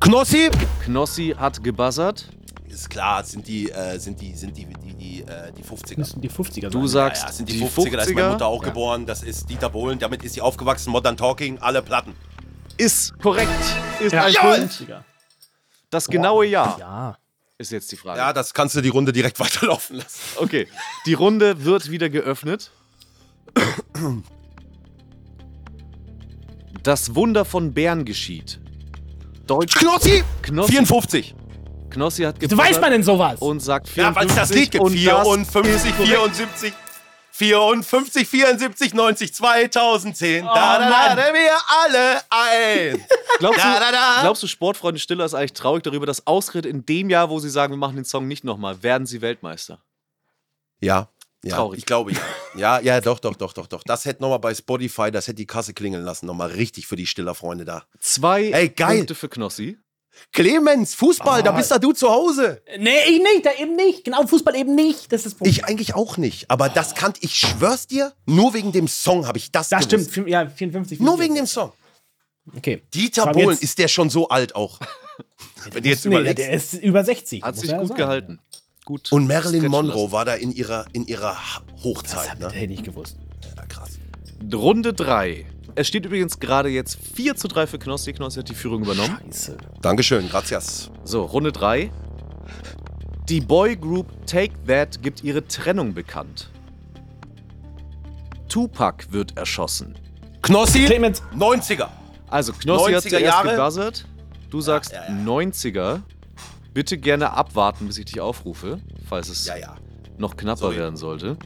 Knossi!
Knossi hat gebuzzert.
Ist klar, es sind die, äh, sind die, sind die, die, die, äh, die 50er.
Müssen die 50er sein.
Du sagst
Ja, es sind die,
die
50er,
50er.
da ist meine Mutter auch geboren, das ist Dieter Bohlen, damit ist sie aufgewachsen, Modern Talking, alle Platten.
Ist korrekt. Ist ein
Jawohl.
Punkt. Das genaue Jahr
ja.
ist jetzt die Frage.
Ja, das kannst du die Runde direkt weiterlaufen lassen.
Okay, die Runde wird wieder geöffnet. Das Wunder von Bern geschieht. Deutsch
Knossi!
Knossi,
54.
Knossi hat
Wieso weiß
gebuzzert
man denn sowas?
und sagt
Ja,
54.
weil es das Lied gibt.
und das
54,
ist korrekt.
74. 54, 74, 90, 2010. da, da, da,
Mann.
da, wir alle ein.
Glaubst du,
Da, da, da.
glaubst du, Sportfreunde Stiller ist eigentlich traurig darüber, dass ausgerechnet in dem Jahr, wo sie sagen, wir machen den Song nicht nochmal, werden sie Weltmeister?
Ja. Ja,
Traurig.
ich glaube ja. Ja, ja, doch, doch, doch, doch, doch. Das hätte nochmal bei Spotify, das hätte die Kasse klingeln lassen. Nochmal richtig für die stiller Freunde da.
Zwei
Ey, geil.
Punkte für Knossi.
Clemens, Fußball, da bist da du zu Hause.
nee, ich nicht, da eben nicht. Genau, Fußball eben nicht. Das ist das Problem.
Ich eigentlich auch nicht. Aber das kannte ich, schwör's dir, nur wegen dem Song habe ich das
das
gewusst.
stimmt. Fün- Ja, 54.
Nur wegen dem Song.
Okay.
Dieter
Aber
Bohlen,
jetzt-
ist der schon so alt auch? Wenn du jetzt
Nee,
überlegst.
der ist über 60.
Hat
muss
sich
man ja
gut
sagen.
gehalten. Gut.
Und Marilyn
stretchen
Monroe war da in ihrer, in ihrer Hochzeit.
Das
Ne?
hätte ich gewusst.
Ja, krass.
lassen. Runde 3. Es steht übrigens gerade jetzt 4 zu 3 für Knossi. Knossi hat die Führung übernommen.
Scheiße.
Dankeschön, gracias.
So, Runde 3. Die Boygroup Take That gibt ihre Trennung bekannt. Tupac wird erschossen.
Knossi,
Clemens,
90er.
Also, Knossi hat
90er
zuerst
Jahre.
gebuzzert. Du sagst 90er. Bitte gerne abwarten, bis ich dich aufrufe, falls es
Ja, ja.
noch knapper
Sorry.
werden sollte.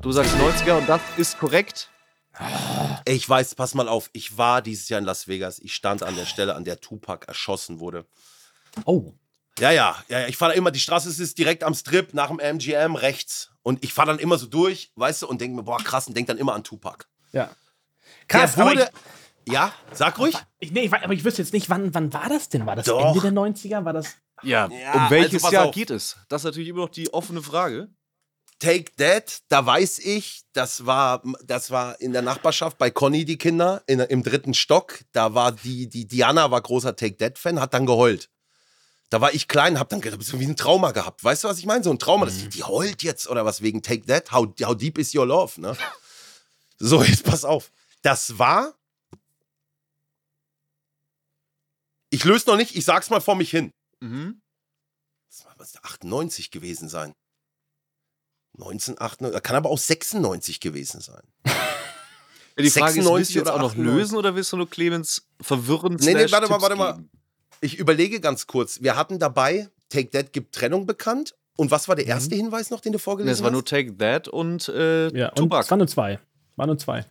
Du sagst 90er und das ist korrekt.
Ey, ich weiß, pass mal auf, ich war dieses Jahr in Las Vegas. Ich stand an der Stelle, an der Tupac erschossen wurde.
oh,
Ja, ja, ja, ja. Ich fahre da immer, die Straße es ist direkt am Strip nach dem MGM rechts. Und ich fahre dann immer so durch, weißt du, und denke mir, boah, krass, und denke dann immer an Tupac.
ja.
Der
aber
wurde. Ja, sag ruhig.
Ich, ich, nee, ich, wei- aber ich wüsste jetzt nicht, wann, wann war das denn? War das
Doch.
Ende der 90er? War das.
Ja,
Ja,
um welches
also pass
Jahr
auf.
geht es? Das ist natürlich immer noch die offene Frage.
Take That, da weiß ich, das war, das war in der Nachbarschaft bei Conny, die Kinder, in, im dritten Stock. Da war die, die Diana war großer Take That-Fan, hat dann geheult. Da war ich klein, hab dann gedacht, das ist wie ein Trauma gehabt. Weißt du, was ich meine? So ein Trauma, das, die heult jetzt oder was wegen Take That. How, how deep is your love? Ne? So, jetzt pass auf. Das war. Ich löse noch nicht, ich sag's mal vor mich hin.
Mhm.
Das war- was, 98 gewesen sein. 1998, kann aber auch 96 gewesen sein.
Ja, die Frage ist, willst
96
du jetzt
oder
auch noch
98?
lösen oder willst du nur Clemens verwirren?
Nee, nee,
slash
warte mal,
Tipps
warte mal.
geben?
Ich überlege ganz kurz. Wir hatten dabei, Take That gibt Trennung bekannt. Und was war der erste Hinweis noch, den du
Nee,
vorgelesen
es Mhm. war nur
hast?
Take That und, äh,
Ja, und
Tupac.
es waren nur zwei. Waren nur zwei.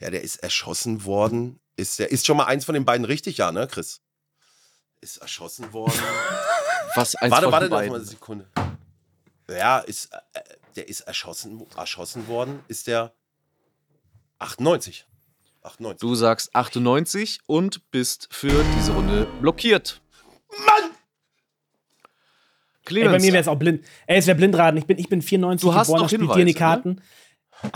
Ja, der ist erschossen worden. Ist, der, ist schon mal eins von den beiden richtig, ja, ne, Chris? Ist erschossen worden.
Was eins
warte,
von
warte noch mal
beiden.
eine Sekunde. Ja, ist, äh, der ist erschossen, erschossen worden. Ist der 98. 98.
Du sagst 98 und bist für diese Runde blockiert. Mann!
Ey,
Clemens,
bei mir wäre es auch blind. Ey, es wäre blindraten. Ich bin, ich bin 94
Du hast
geboren,
noch
das spielt
Hinweise, ne?
dir in die Karten.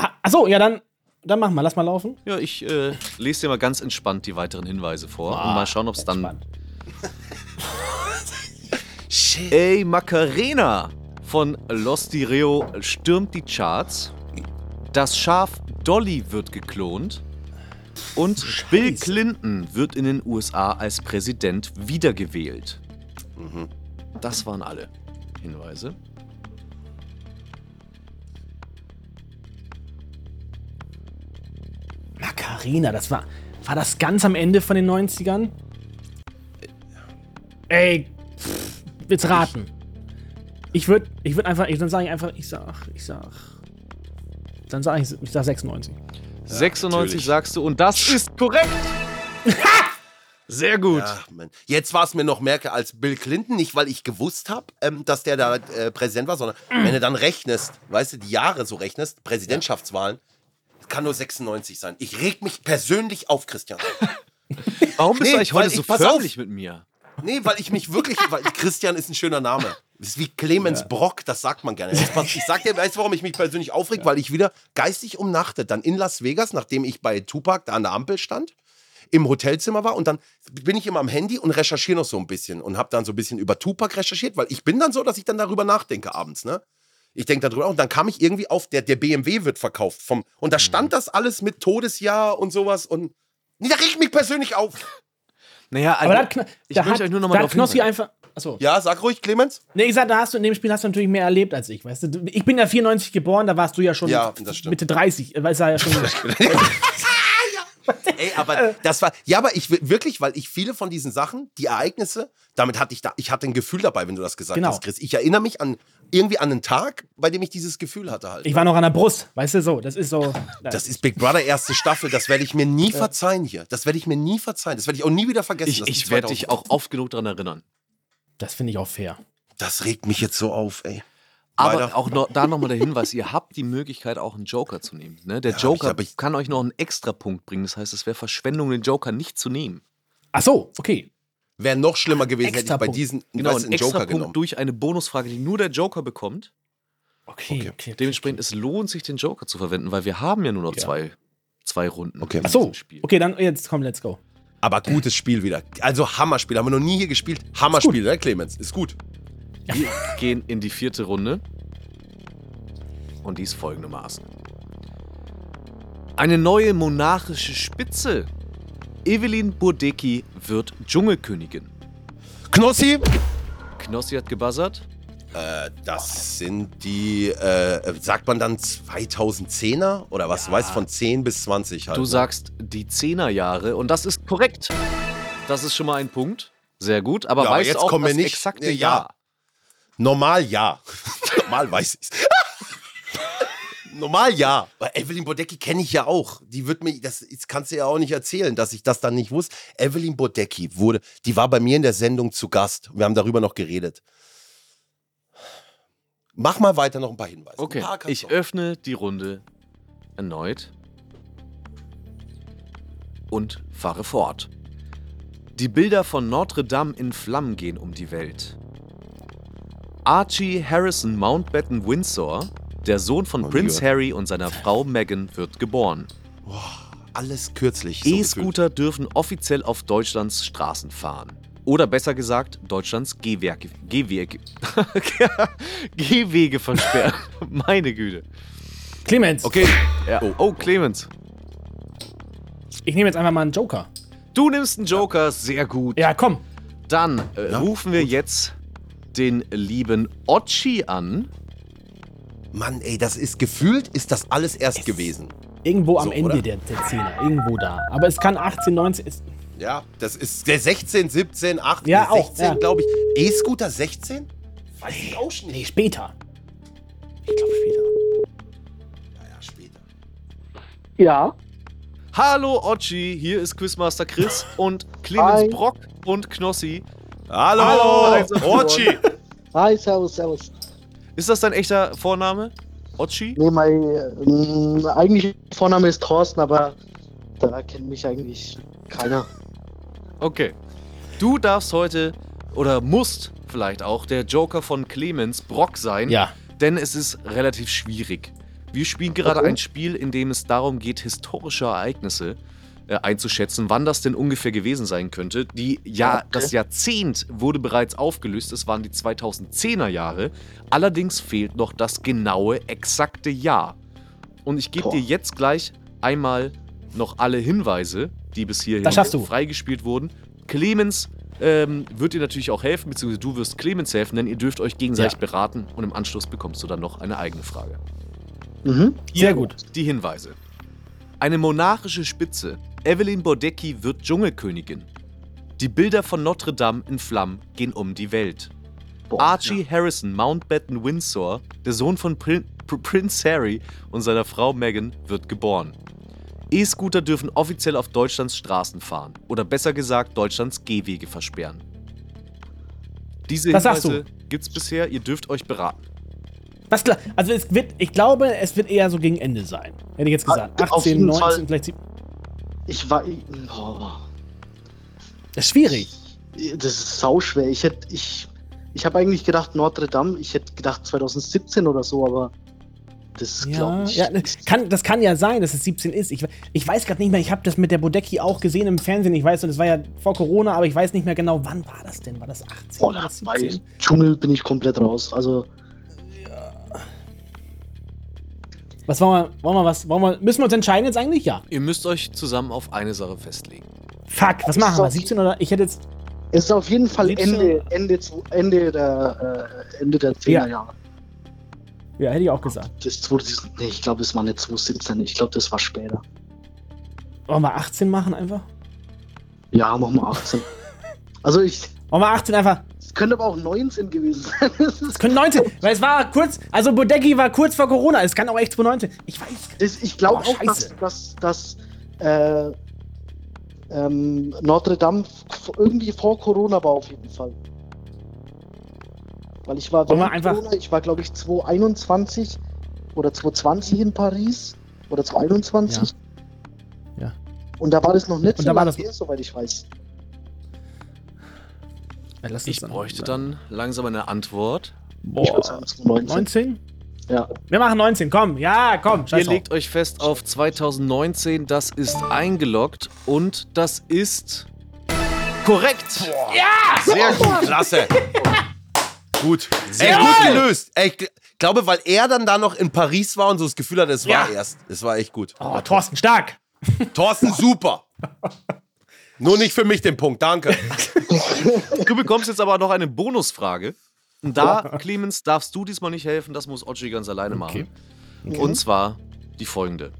Ha- Ach so, ja, dann, dann mach mal. Lass mal laufen.
ja, ich äh, lese dir mal ganz entspannt die weiteren Hinweise vor und mal schauen, ob es dann
Spannend.
Ey Macarena von Los Direo stürmt die Charts. Das Schaf Dolly wird geklont. Und Bill Clinton wird in den USA als Präsident wiedergewählt. Das waren alle Hinweise.
Macarena, das war. War das ganz am Ende von den 90ern? Ey, pff, willst raten? Ich würde ich würd einfach, ich, dann sage ich einfach, ich sag, ich sag. Dann sage ich, ich sag 96.
96 sagst du, und das ist korrekt. Sehr gut.
Ach, Mann.
Jetzt war es mir noch merke als Bill Clinton, nicht weil ich gewusst habe, ähm, dass der da äh, Präsident war, sondern wenn du dann rechnest, weißt du, die Jahre so rechnest, Präsidentschaftswahlen, kann nur 96 sein. Ich reg mich persönlich auf, Christian.
Warum bist
Nee,
du eigentlich
weil
heute
ich-
so
pass auf.
förmlich mit mir?
Nee, weil ich mich wirklich, weil Christian ist ein schöner Name. Das ist wie Clemens Brock, das sagt man gerne. Jetzt pass- Ich sag dir, weißt du, warum ich mich persönlich aufreg? Weil ich wieder geistig umnachtet, dann in Las Vegas, nachdem ich bei Tupac da an der Ampel stand, im Hotelzimmer war und dann bin ich immer am Handy und recherchiere noch so ein bisschen und habe dann so ein bisschen über Tupac recherchiert, weil ich bin dann so, dass ich dann darüber nachdenke abends, ne? Ich denke darüber und dann kam ich irgendwie auf, der, der BMW wird verkauft vom und da stand das alles mit Todesjahr und sowas und nee, da regt mich persönlich auf.
Naja,
Aber da
also,
hat, Kn-
ich
da
möchte
hat,
euch nur noch mal
da hat
darauf
Knossi
hinweisen.
einfach. Achso.
Ja, sag ruhig, Clemens.
Nee, ich sag, da hast du in dem Spiel hast du natürlich mehr erlebt als ich, weißt du? Ich bin ja 94 geboren, da warst du ja schon
Ja, das stimmt.
Mitte 30, äh, weil es war ja schon.
Ey,
Äh.
aber das war, ja, aber ich will- wirklich, weil ich viele von diesen Sachen, die Ereignisse, damit hatte ich da, ich hatte ein Gefühl dabei, wenn du das gesagt
Genau.
hast, Chris. Ich erinnere mich an irgendwie an einen Tag, bei dem ich dieses Gefühl hatte halt.
ich war noch an der Brust, weißt du so. Das ist so.
das ist Big Brother erste Staffel, das werde ich mir nie verzeihen hier. Das werde ich mir nie verzeihen. Das werde ich auch nie wieder vergessen.
ich,
dass die
ich werde dich
2000
auch oft genug daran erinnern.
das finde ich auch fair.
Das regt mich jetzt so auf, ey.
Aber
Weiter.
auch noch, da nochmal der Hinweis, ihr habt die Möglichkeit, auch einen Joker zu nehmen. Ne? Der Joker
ich- aber ich-
kann euch noch einen extra Punkt bringen. Das heißt, es wäre Verschwendung, den Joker nicht zu nehmen.
Ach so, okay.
Wäre noch schlimmer gewesen, hätte ich bei
Extrapunkt.
diesen
Genau,
weißt du,
einen extra Punkt durch eine Bonusfrage, die nur der Joker bekommt.
Okay, okay. okay.
Dementsprechend, es lohnt sich, den Joker zu verwenden, weil wir haben ja nur noch zwei, zwei Runden.
Okay.
in
Ach
Ach so,
diesem Spiel.
okay, dann jetzt komm, let's go.
Aber gutes Spiel wieder. Also Hammerspiel, haben wir noch nie hier gespielt. Hammerspiel, oder Clemens? Ist gut.
Wir gehen in die vierte Runde. Und die ist folgendermaßen. Eine neue monarchische Spitze. Evelyn Burdecki wird Dschungelkönigin.
Knossi,
Knossi hat gebuzzert.
Das sind die, äh, sagt man dann 2010er oder was? Du weißt, von 10 bis 20 halt.
Du
ne?
sagst die Zehnerjahre und das ist korrekt. Das ist schon mal ein Punkt. Sehr gut. Aber
Ja, aber
weißt
jetzt
du auch
kommen wir
das
nicht-
exakte
Ja, ja.
Jahr?
Normal ja. Normal weiß ich's. Normal ja. Weil Evelyn Bodecki kenne ich ja auch. Die wird mir, das, das kannst du ja auch nicht erzählen, dass ich das dann nicht wusste. Evelyn Bodecki wurde, die war bei mir in der Sendung zu Gast. Wir haben darüber noch geredet. Mach mal weiter noch ein paar Hinweise.
Okay,
Ein paar kannst
ich äh,
du-
öffne die Runde erneut und fahre fort. Die Bilder von Notre Dame in Flammen gehen um die Welt. Archie Harrison Mountbatten Windsor, der Sohn von Prince Harry und seiner Frau Meghan, wird geboren.
Alles kürzlich. so gefühlt.
E-Scooter dürfen offiziell auf Deutschlands Straßen fahren. Oder besser gesagt, Deutschlands Gehwerke, Gehwege, Gehwege versperren. Meine Güte.
Clemens,
Okay,
Ja. Oh. Clemens.
ich nehme jetzt einfach mal einen Joker.
Du nimmst einen Joker, sehr gut.
Ja, komm.
Dann äh, rufen wir jetzt den lieben Ochi an.
Mann, ey, das ist gefühlt, ist das alles erst gewesen.
Irgendwo am
So,
Ende
oder?
der, der Szene, irgendwo da. Aber es kann 18, 19. Ist,
Ja, das ist der 16, 17, 18,
Ja, auch,
16,
ja.
glaube ich. E-Scooter 16? Weiß ich auch schon
nee,
nicht.
später. Ich glaube später.
Ja, später.
Ja,
Hallo Ochi, hier ist Quizmaster Chris und Clemens
Hi.
Brock und Knossi.
Hallo, Ochi.
hi, servus, servus.
Ist das dein echter Vorname? Ochi?
Nee, mein ähm, eigentlich Vorname ist Thorsten, aber da kennt mich eigentlich keiner.
Okay. Du darfst heute oder musst vielleicht auch der Joker von Clemens Brock sein.
Hm.
Ja.
Denn es ist relativ schwierig. Wir spielen gerade ein Spiel, in dem es darum geht, historische Ereignisse äh, einzuschätzen, wann das denn ungefähr gewesen sein könnte. Die ja, Das Jahrzehnt wurde bereits aufgelöst, es waren die 2010er Jahre. Allerdings fehlt noch das genaue, exakte Jahr. Und ich gebe dir jetzt gleich einmal noch alle Hinweise, die bis hierhin
Das schaffst du.
freigespielt wurden. Clemens ähm, wird dir natürlich auch helfen, beziehungsweise du wirst Clemens helfen, denn ihr dürft euch gegenseitig beraten und im Anschluss bekommst du dann noch eine eigene Frage.
Mhm.
Sehr gut.
Die Hinweise. Eine monarchische Spitze. Evelyn Bodecki wird Dschungelkönigin. Die Bilder von Notre Dame in Flammen gehen um die Welt. Archie Harrison Mountbatten Windsor, der Sohn von Prin Pr Prince Harry und seiner Frau Meghan, wird geboren. E-Scooter dürfen offiziell auf Deutschlands Straßen fahren oder besser gesagt Deutschlands Gehwege versperren. Diese
Das sagst
Hinweise gibt's bisher, ihr dürft euch beraten.
Das, gla- also es wird, ich glaube, es wird eher so gegen Ende sein. Hätte ich jetzt
Ah,
gesagt.
Auf
18,
jeden
19,
Fall.
vielleicht 7.
Ich war. ich- Oh,
Das ist schwierig.
das ist sauschwer. Ich hätte. Ich, ich habe eigentlich gedacht Notre Dame. Ich hätte gedacht 2017 oder so, aber. Das
Ja,
glaube ich.
ja, ne, kann, das kann ja sein, dass es 17 ist. Ich, ich weiß gerade nicht mehr, ich habe das mit der Bodecki auch gesehen im Fernsehen. Ich weiß, und es war ja vor Corona, aber ich weiß nicht mehr genau, wann war das denn? War das 18
Boah,
oder
da war
17?
ich, Dschungel bin ich komplett raus. Also,
Was wollen wir, wollen wir was? Wollen wir, müssen wir uns entscheiden jetzt eigentlich? Ja.
Ihr müsst euch zusammen auf eine Sache festlegen.
Fuck, was machen
So.
wir? 17 oder? Ich hätte jetzt.
es ist auf jeden Fall
Liebste-
Ende, Ende, zu, Ende der, äh, Ende der 10er Jahre.
Ja, hätte ich auch gesagt.
Das 2000, nee, ich glaube, es war nicht 2017. Ich glaube, das war später.
Wollen wir 18 machen einfach?
Ja, machen wir 18. Also, ich,
Wollen wir 18 einfach?
es könnte aber auch 19 gewesen sein. Das
Es
ist,
können 19, weil es war kurz. Also Bodecki war kurz vor Corona. Es kann auch echt 2019. Ich weiß.
das, ich glaube
Oh,
auch, dass,
scheiße.
dass, dass äh, ähm, Notre Dame f- irgendwie vor Corona war, auf jeden Fall. Weil ich war,
Wollen wir
während
einfach-
Corona, ich war glaube ich 2021 oder 2020 in Paris oder 2021.
Ja. Ja.
Und da war das noch nicht
Und da war
lange
das-
her, soweit ich weiß.
Ich bräuchte dann langsam eine Antwort.
Ich würde sagen 2019.
19?
Ja.
Wir machen 19. Komm, ja, komm. Scheiß
Ihr
drauf.
legt euch fest auf 2019, das ist eingeloggt und das ist korrekt.
Sehr gut, klasse. Gut, sehr gut gelöst. Ey, Ich gl- glaube, weil er dann da noch in Paris war und so das Gefühl hatte, es war
Ja.
erst. Es war echt gut.
Oh, Thorsten, stark.
Thorsten, super. Nur nicht für mich den Punkt, danke.
Du bekommst jetzt aber noch eine Bonusfrage. Und da, Clemens, darfst du diesmal nicht helfen, das muss Otschi ganz alleine machen. Und zwar die folgende.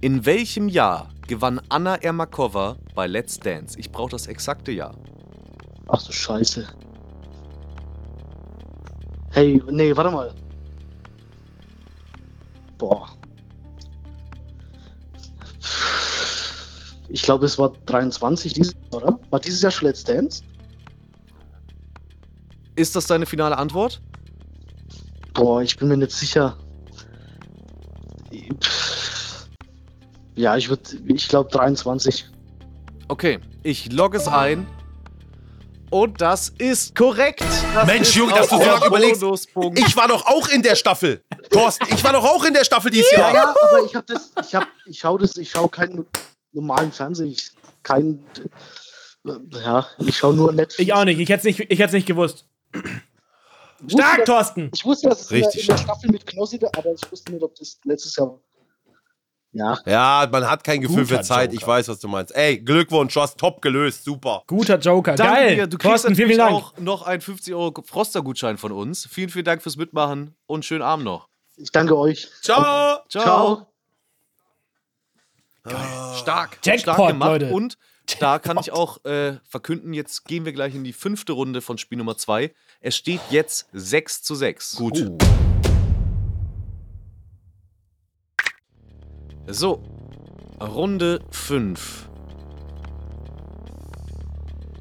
In welchem Jahr gewann Anna Ermakova bei Let's Dance? Ich brauche das exakte Jahr.
Ach du Scheiße. Hey, nee, warte mal. Boah. Ich glaube, es war 23 dieses Jahr, oder? War dieses Jahr schon Let's Dance?
Ist das deine finale Antwort?
Boah, ich bin mir nicht sicher. Pff. Ja, ich würde, ich glaube 23.
Okay, ich logge es ein. Und das ist korrekt. Das
Mensch,
ist
Jung, dass
auch
du so lange
der
überlegst.
Bonuspunkt.
Ich war doch auch in der Staffel. Thorsten, ich war doch auch in der Staffel dieses
Ja,
Jahr.
ja, aber ich habe das, ich hab, ich schau das, ich schau keinen normalen Fernsehen, ich kein, ja, ich schau nur Netflix.
Ich auch nicht. Ich hätte es nicht, ich hätt's nicht gewusst.
Ich wusste,
Stark,
dass-
Thorsten.
Ich wusste, dass es in der-
Richtig
in der Staffel mit Knossi, da- aber ich wusste nicht, ob das letztes Jahr war. Ja,
Ja, man hat kein Gefühl
Guter
für Zeit. Ich
Joker.
weiß, was du meinst. Ey, Glückwunsch, du hast top gelöst. Super.
Guter Joker.
Danke
Geil.
dir. Du kriegst
Thorsten, vielen,
natürlich
vielen Dank.
auch noch einen 50 Euro Froster-Gutschein von uns. Vielen, vielen Dank fürs Mitmachen und schönen Abend noch.
ich danke euch.
Ciao.
Ciao.
Ciao.
Stark.
Jackpot,
stark gemacht.
Leute.
Und da kann ich auch äh, verkünden, jetzt gehen wir gleich in die fünfte Runde von Spiel Nummer 2. Es steht jetzt 6 zu 6.
Oh.
Gut.
So, Runde 5.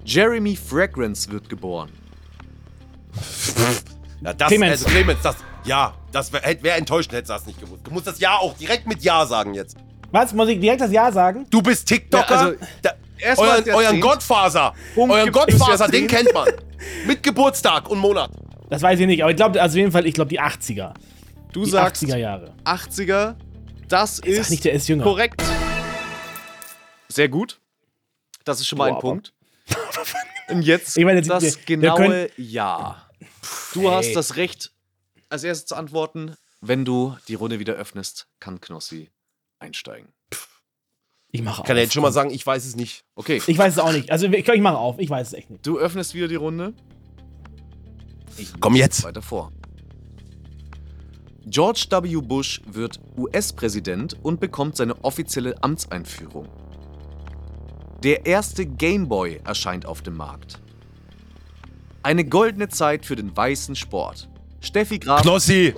Jeremy Fragrance wird geboren.
Ja, das,
Clemens.
Also Clemens, das, ja, das wäre wär enttäuschend, hättest du das nicht gewusst. Du musst das Ja auch direkt mit Ja sagen jetzt.
Was? Muss ich direkt das Ja sagen?
Du bist TikToker.
Ja, also,
da,
erstmal
euren
das
euren
Jahrzehnt.
Gottfaser.
Um
Punkt
euren
gibt's
Gottfaser,
das
den kennt man. Mit Geburtstag und Monat.
Das weiß ich nicht, aber ich glaube, also auf jeden Fall, ich glaube die 80er.
Du
Die
sagst
80er Jahre.
80er, das
Sag
ist
nicht, der ist jünger.
korrekt. Sehr gut. Das ist schon mal ein
Boah, aber-
Punkt. Und jetzt
Ich meine, wir-
das
wir
genaue
können-
Ja. Du hast das Recht, als erstes zu antworten. Wenn du die Runde wieder öffnest, kann Knossi einsteigen.
Ich mache auf.
Kann er jetzt schon mal sagen, ich weiß es nicht.
Okay,
Ich weiß es auch nicht. Also ich, glaub, ich mache auf. Ich weiß es echt nicht.
du öffnest wieder die Runde.
Komm jetzt.
Weiter vor. George W. Bush wird US-Präsident und bekommt seine offizielle Amtseinführung. Der erste Game Boy erscheint auf dem Markt. Eine goldene Zeit für den weißen Sport. Steffi Graf
Knossi!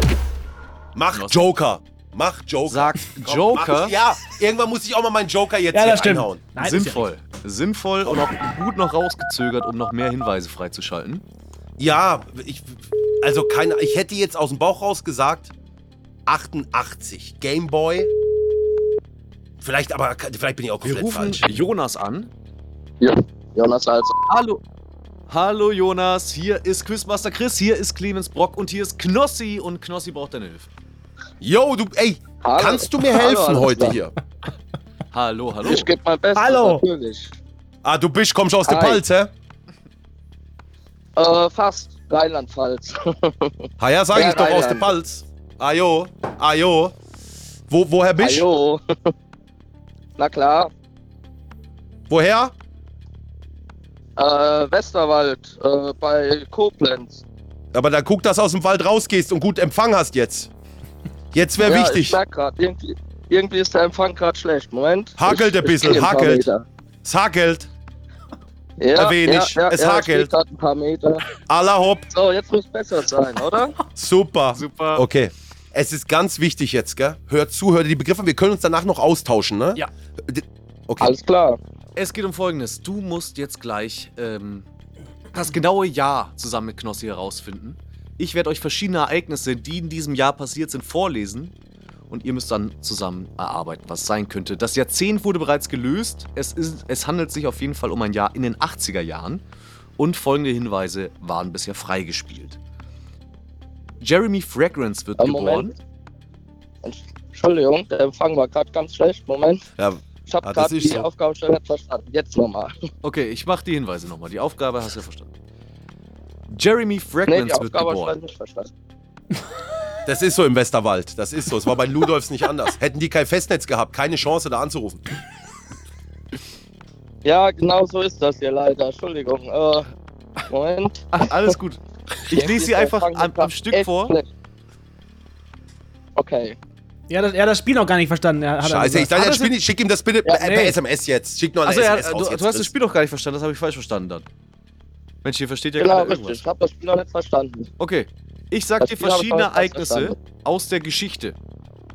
Mach Joker! Mach Joker!
sagt
Komm,
Joker
mach ich- ja, irgendwann muss ich auch mal meinen Joker jetzt
Ja,
hier
das stimmt.
reinhauen.
Nein, ist ja
sinnvoll. Sinnvoll und auch gut noch rausgezögert, um noch mehr Hinweise freizuschalten.
Ja, ich, also keine, ich hätte jetzt aus dem Bauch raus gesagt 88 Game Boy. Vielleicht aber, vielleicht bin ich auch
Wir
komplett
rufen
falsch.
Jonas an.
Ja, Jonas als
Hallo. Hallo Jonas, hier ist Quizmaster Chris, hier ist Clemens Brock und hier ist Knossi und Knossi braucht deine Hilfe.
Yo, du, ey,
Hallo.
kannst du mir helfen
Hallo, alles
heute
klar.
hier?
Hallo, hallo.
Ich gebe mein Bestes,
Hallo.
natürlich.
Ah, du bist, kommst aus der
Hi.
Palz, hä?
Äh, fast. Rheinland-Pfalz.
Ha, Ah ja, sag
Ja,
ich doch, aus der
Rheinland.
Palz. Ah, jo, ah, jo. Wo, woher bist du?
Ajo. Na klar.
Woher?
Äh, Westerwald, äh, bei Koblenz.
Aber dann guck, dass du aus dem Wald rausgehst und gut Empfang hast jetzt. Jetzt wäre
ja, Ich
wichtig.
merk grad, irgendwie, irgendwie ist der Empfang gerade schlecht. Moment.
Hakelt
Ich-
ein bisschen,
ich geh ein paar
hakelt.
Meter.
Es hakelt.
Ja,
Ein wenig,
Ja, ja,
es
ja,
hakelt.
Ich geh grad ein paar Meter.
Alla hopp.
So, jetzt muss besser sein, oder?
Super.
Super.
Okay. Es ist ganz wichtig jetzt, gell? Hört zu, hört die Begriffe. Wir können uns danach noch austauschen, ne?
Ja.
D- Okay.
Alles klar.
Es geht um Folgendes. Du musst jetzt gleich ähm, das genaue Jahr zusammen mit Knossi herausfinden. Ich werde euch verschiedene Ereignisse, die in diesem Jahr passiert sind, vorlesen. Und ihr müsst dann zusammen erarbeiten, was es sein könnte. Das Jahrzehnt wurde bereits gelöst. Es, ist, es handelt sich auf jeden Fall um ein Jahr in den 80er Jahren. Und folgende Hinweise waren bisher freigespielt. Jeremy Fragrance wird
Äh,
geboren.
Moment. Entsch- Entschuldigung, der Empfang war gerade ganz schlecht. Moment.
Ja,
Ich habe
Ah, das
gerade
ist
die
so.
Aufgabenstellung nicht verstanden. Jetzt nochmal.
Okay, ich mache die Hinweise nochmal. Die Aufgabe hast du ja verstanden. Jeremy
Nee,
Fragrance
die
wird
Aufgabenstellung
geboren.
nicht verstanden.
das ist so im Westerwald. Das ist so. Es war bei Ludolfs nicht anders. Hätten die kein Festnetz gehabt, keine Chance da anzurufen.
Ja, genau so ist das hier leider. Entschuldigung. Äh, Moment.
Ah, alles gut. Ich
Jetzt
lese
ist
sie
der
einfach
Empfang
am, am
grad
Stück
echt
vor.
schlecht. Okay.
Ja, das, er hat das Spiel noch gar nicht verstanden. Er, hat er
Scheiße, ich
gesagt.
dachte, jetzt spiel, ich- schick ihm das bitte per-
nee.
per SMS jetzt. Schick nur eine
Achso, ja,
SMS
du,
raus
du
jetzt,
hast das
Chris.
Spiel doch gar nicht verstanden. Das habe ich falsch verstanden dann. Mensch, hier versteht ja
Genau,
keiner
richtig.
irgendwas.
Ich habe das Spiel noch nicht verstanden.
Okay. Ich sag
Das
dir
Spiel habe ich
verschiedene
auch nicht ganz
Ereignisse aus der Geschichte.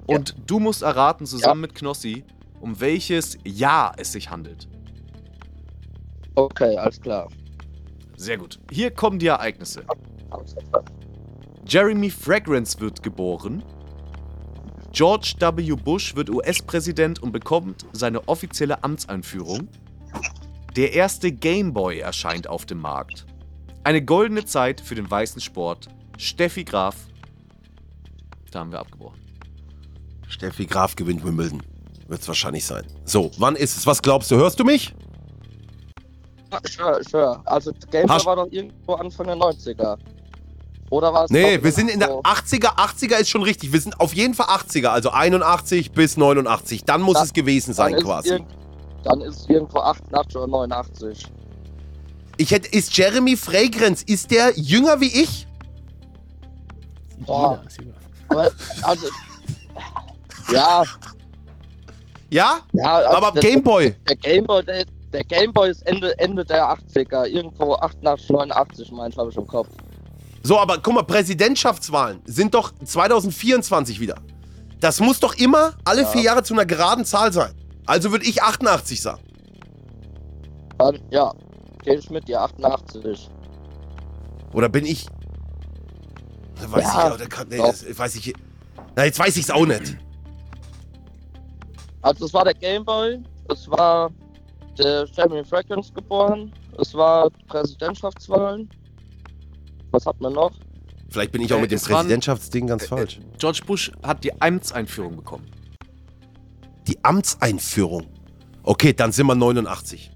Und du musst erraten, zusammen mit Knossi, um welches Jahr es sich handelt.
Okay, alles klar.
Sehr gut. Hier kommen die Ereignisse.
Hab's verstanden.
Jeremy Fragrance wird geboren. George W. Bush wird US-Präsident und bekommt seine offizielle Amtseinführung. Der erste Game Boy erscheint auf dem Markt. Eine goldene Zeit für den weißen Sport. Steffi Graf. Da haben wir abgebrochen.
Steffi Graf gewinnt Wimbledon. Wird es wahrscheinlich sein. So, wann ist es? Was glaubst du? Hörst du mich?
Ja, Sure, sure. Also, Game Boy
Hast-
war doch irgendwo Anfang der 90er. Oder war es.
Nee,
doch
wir sind in der
so-
80er. 80er ist schon richtig. Wir sind auf jeden Fall 80er, also 81 bis 89. Dann muss
Ja,
es gewesen
dann
sein
ist
quasi.
irgend- Dann ist irgendwo 88 oder 89.
Ich hätte, ist Jeremy Fragrance, ist der jünger wie ich?
Boah.
Jeder ist jünger.
Aber, also. ja,
Ja?
ja. also
Aber
der,
Gameboy.
Der Gameboy, der, der Gameboy ist Ende, Ende der 80er. Irgendwo 88, 89, mein ich, habe ich im Kopf.
So, aber guck mal, Präsidentschaftswahlen sind doch 2024 wieder. Das muss doch immer alle vier Jahre zu einer geraden Zahl sein. Also würde ich 88 sagen.
Dann, ja, gehe ich mit dir, 88.
Oder bin ich. Da Weiß
Ja,
ich, oder kann, nee,
doch.
das, weiß ich. Na, jetzt weiß ich es auch nicht.
Also, es war der Gameboy, es war der Jeremy Fragrance geboren, es war Präsidentschaftswahlen. Was hat man noch?
Vielleicht bin ich auch
Äh,
mit dem
es waren-
Präsidentschaftsding ganz falsch.
George Bush hat die Amtseinführung bekommen.
Die Amtseinführung. Okay, dann sind wir 89.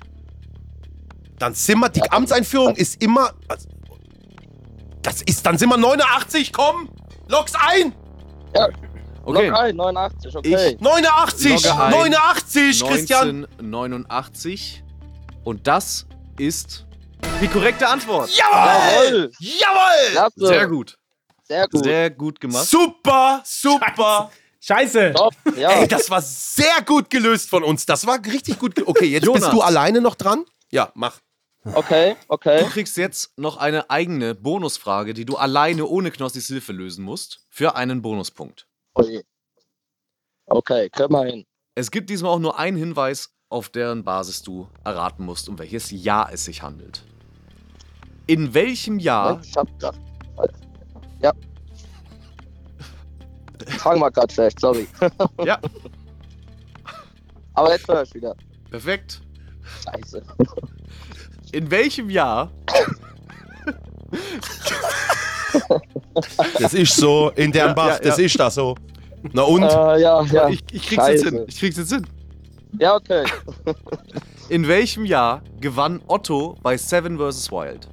Dann sind wir, die Amtseinführung ist immer. also, Das ist, dann sind wir 89, komm! Log's ein!
Okay.
Locker, 89, okay.
89!
Logge ein.
89, Christian!
1989. Und das ist die korrekte Antwort.
Jawohl!
Jawohl!
Klasse.
Sehr gut.
Sehr gut.
Sehr gut gemacht.
Super, super!
Scheiße!
Top, ja.
Ey, das war sehr gut gelöst von uns. Das war richtig gut. ge- Okay, jetzt
Jonas.
bist du alleine noch dran? Ja, mach.
Okay, okay.
Du kriegst jetzt noch eine eigene Bonusfrage, die du alleine ohne Knossis Hilfe lösen musst, für einen Bonuspunkt.
Ui. Oh Okay, kriegen wir hin.
Es gibt diesmal auch nur einen Hinweis, auf deren Basis du erraten musst, um welches Jahr es sich handelt. In welchem Jahr
Ich hab grad. Ja. Fangen wir grad schlecht, sorry.
Ja.
Aber jetzt höre ich wieder.
Perfekt.
Scheiße.
In welchem Jahr?
Das ist so, in deren Bach,
ja, ja.
das ist das so. Na und?
Äh, ja, ja.
Ich, ich krieg's jetzt
Scheiße.
hin. Ich krieg's jetzt hin.
Ja, okay.
In welchem Jahr gewann Otto bei Seven vs. Wild?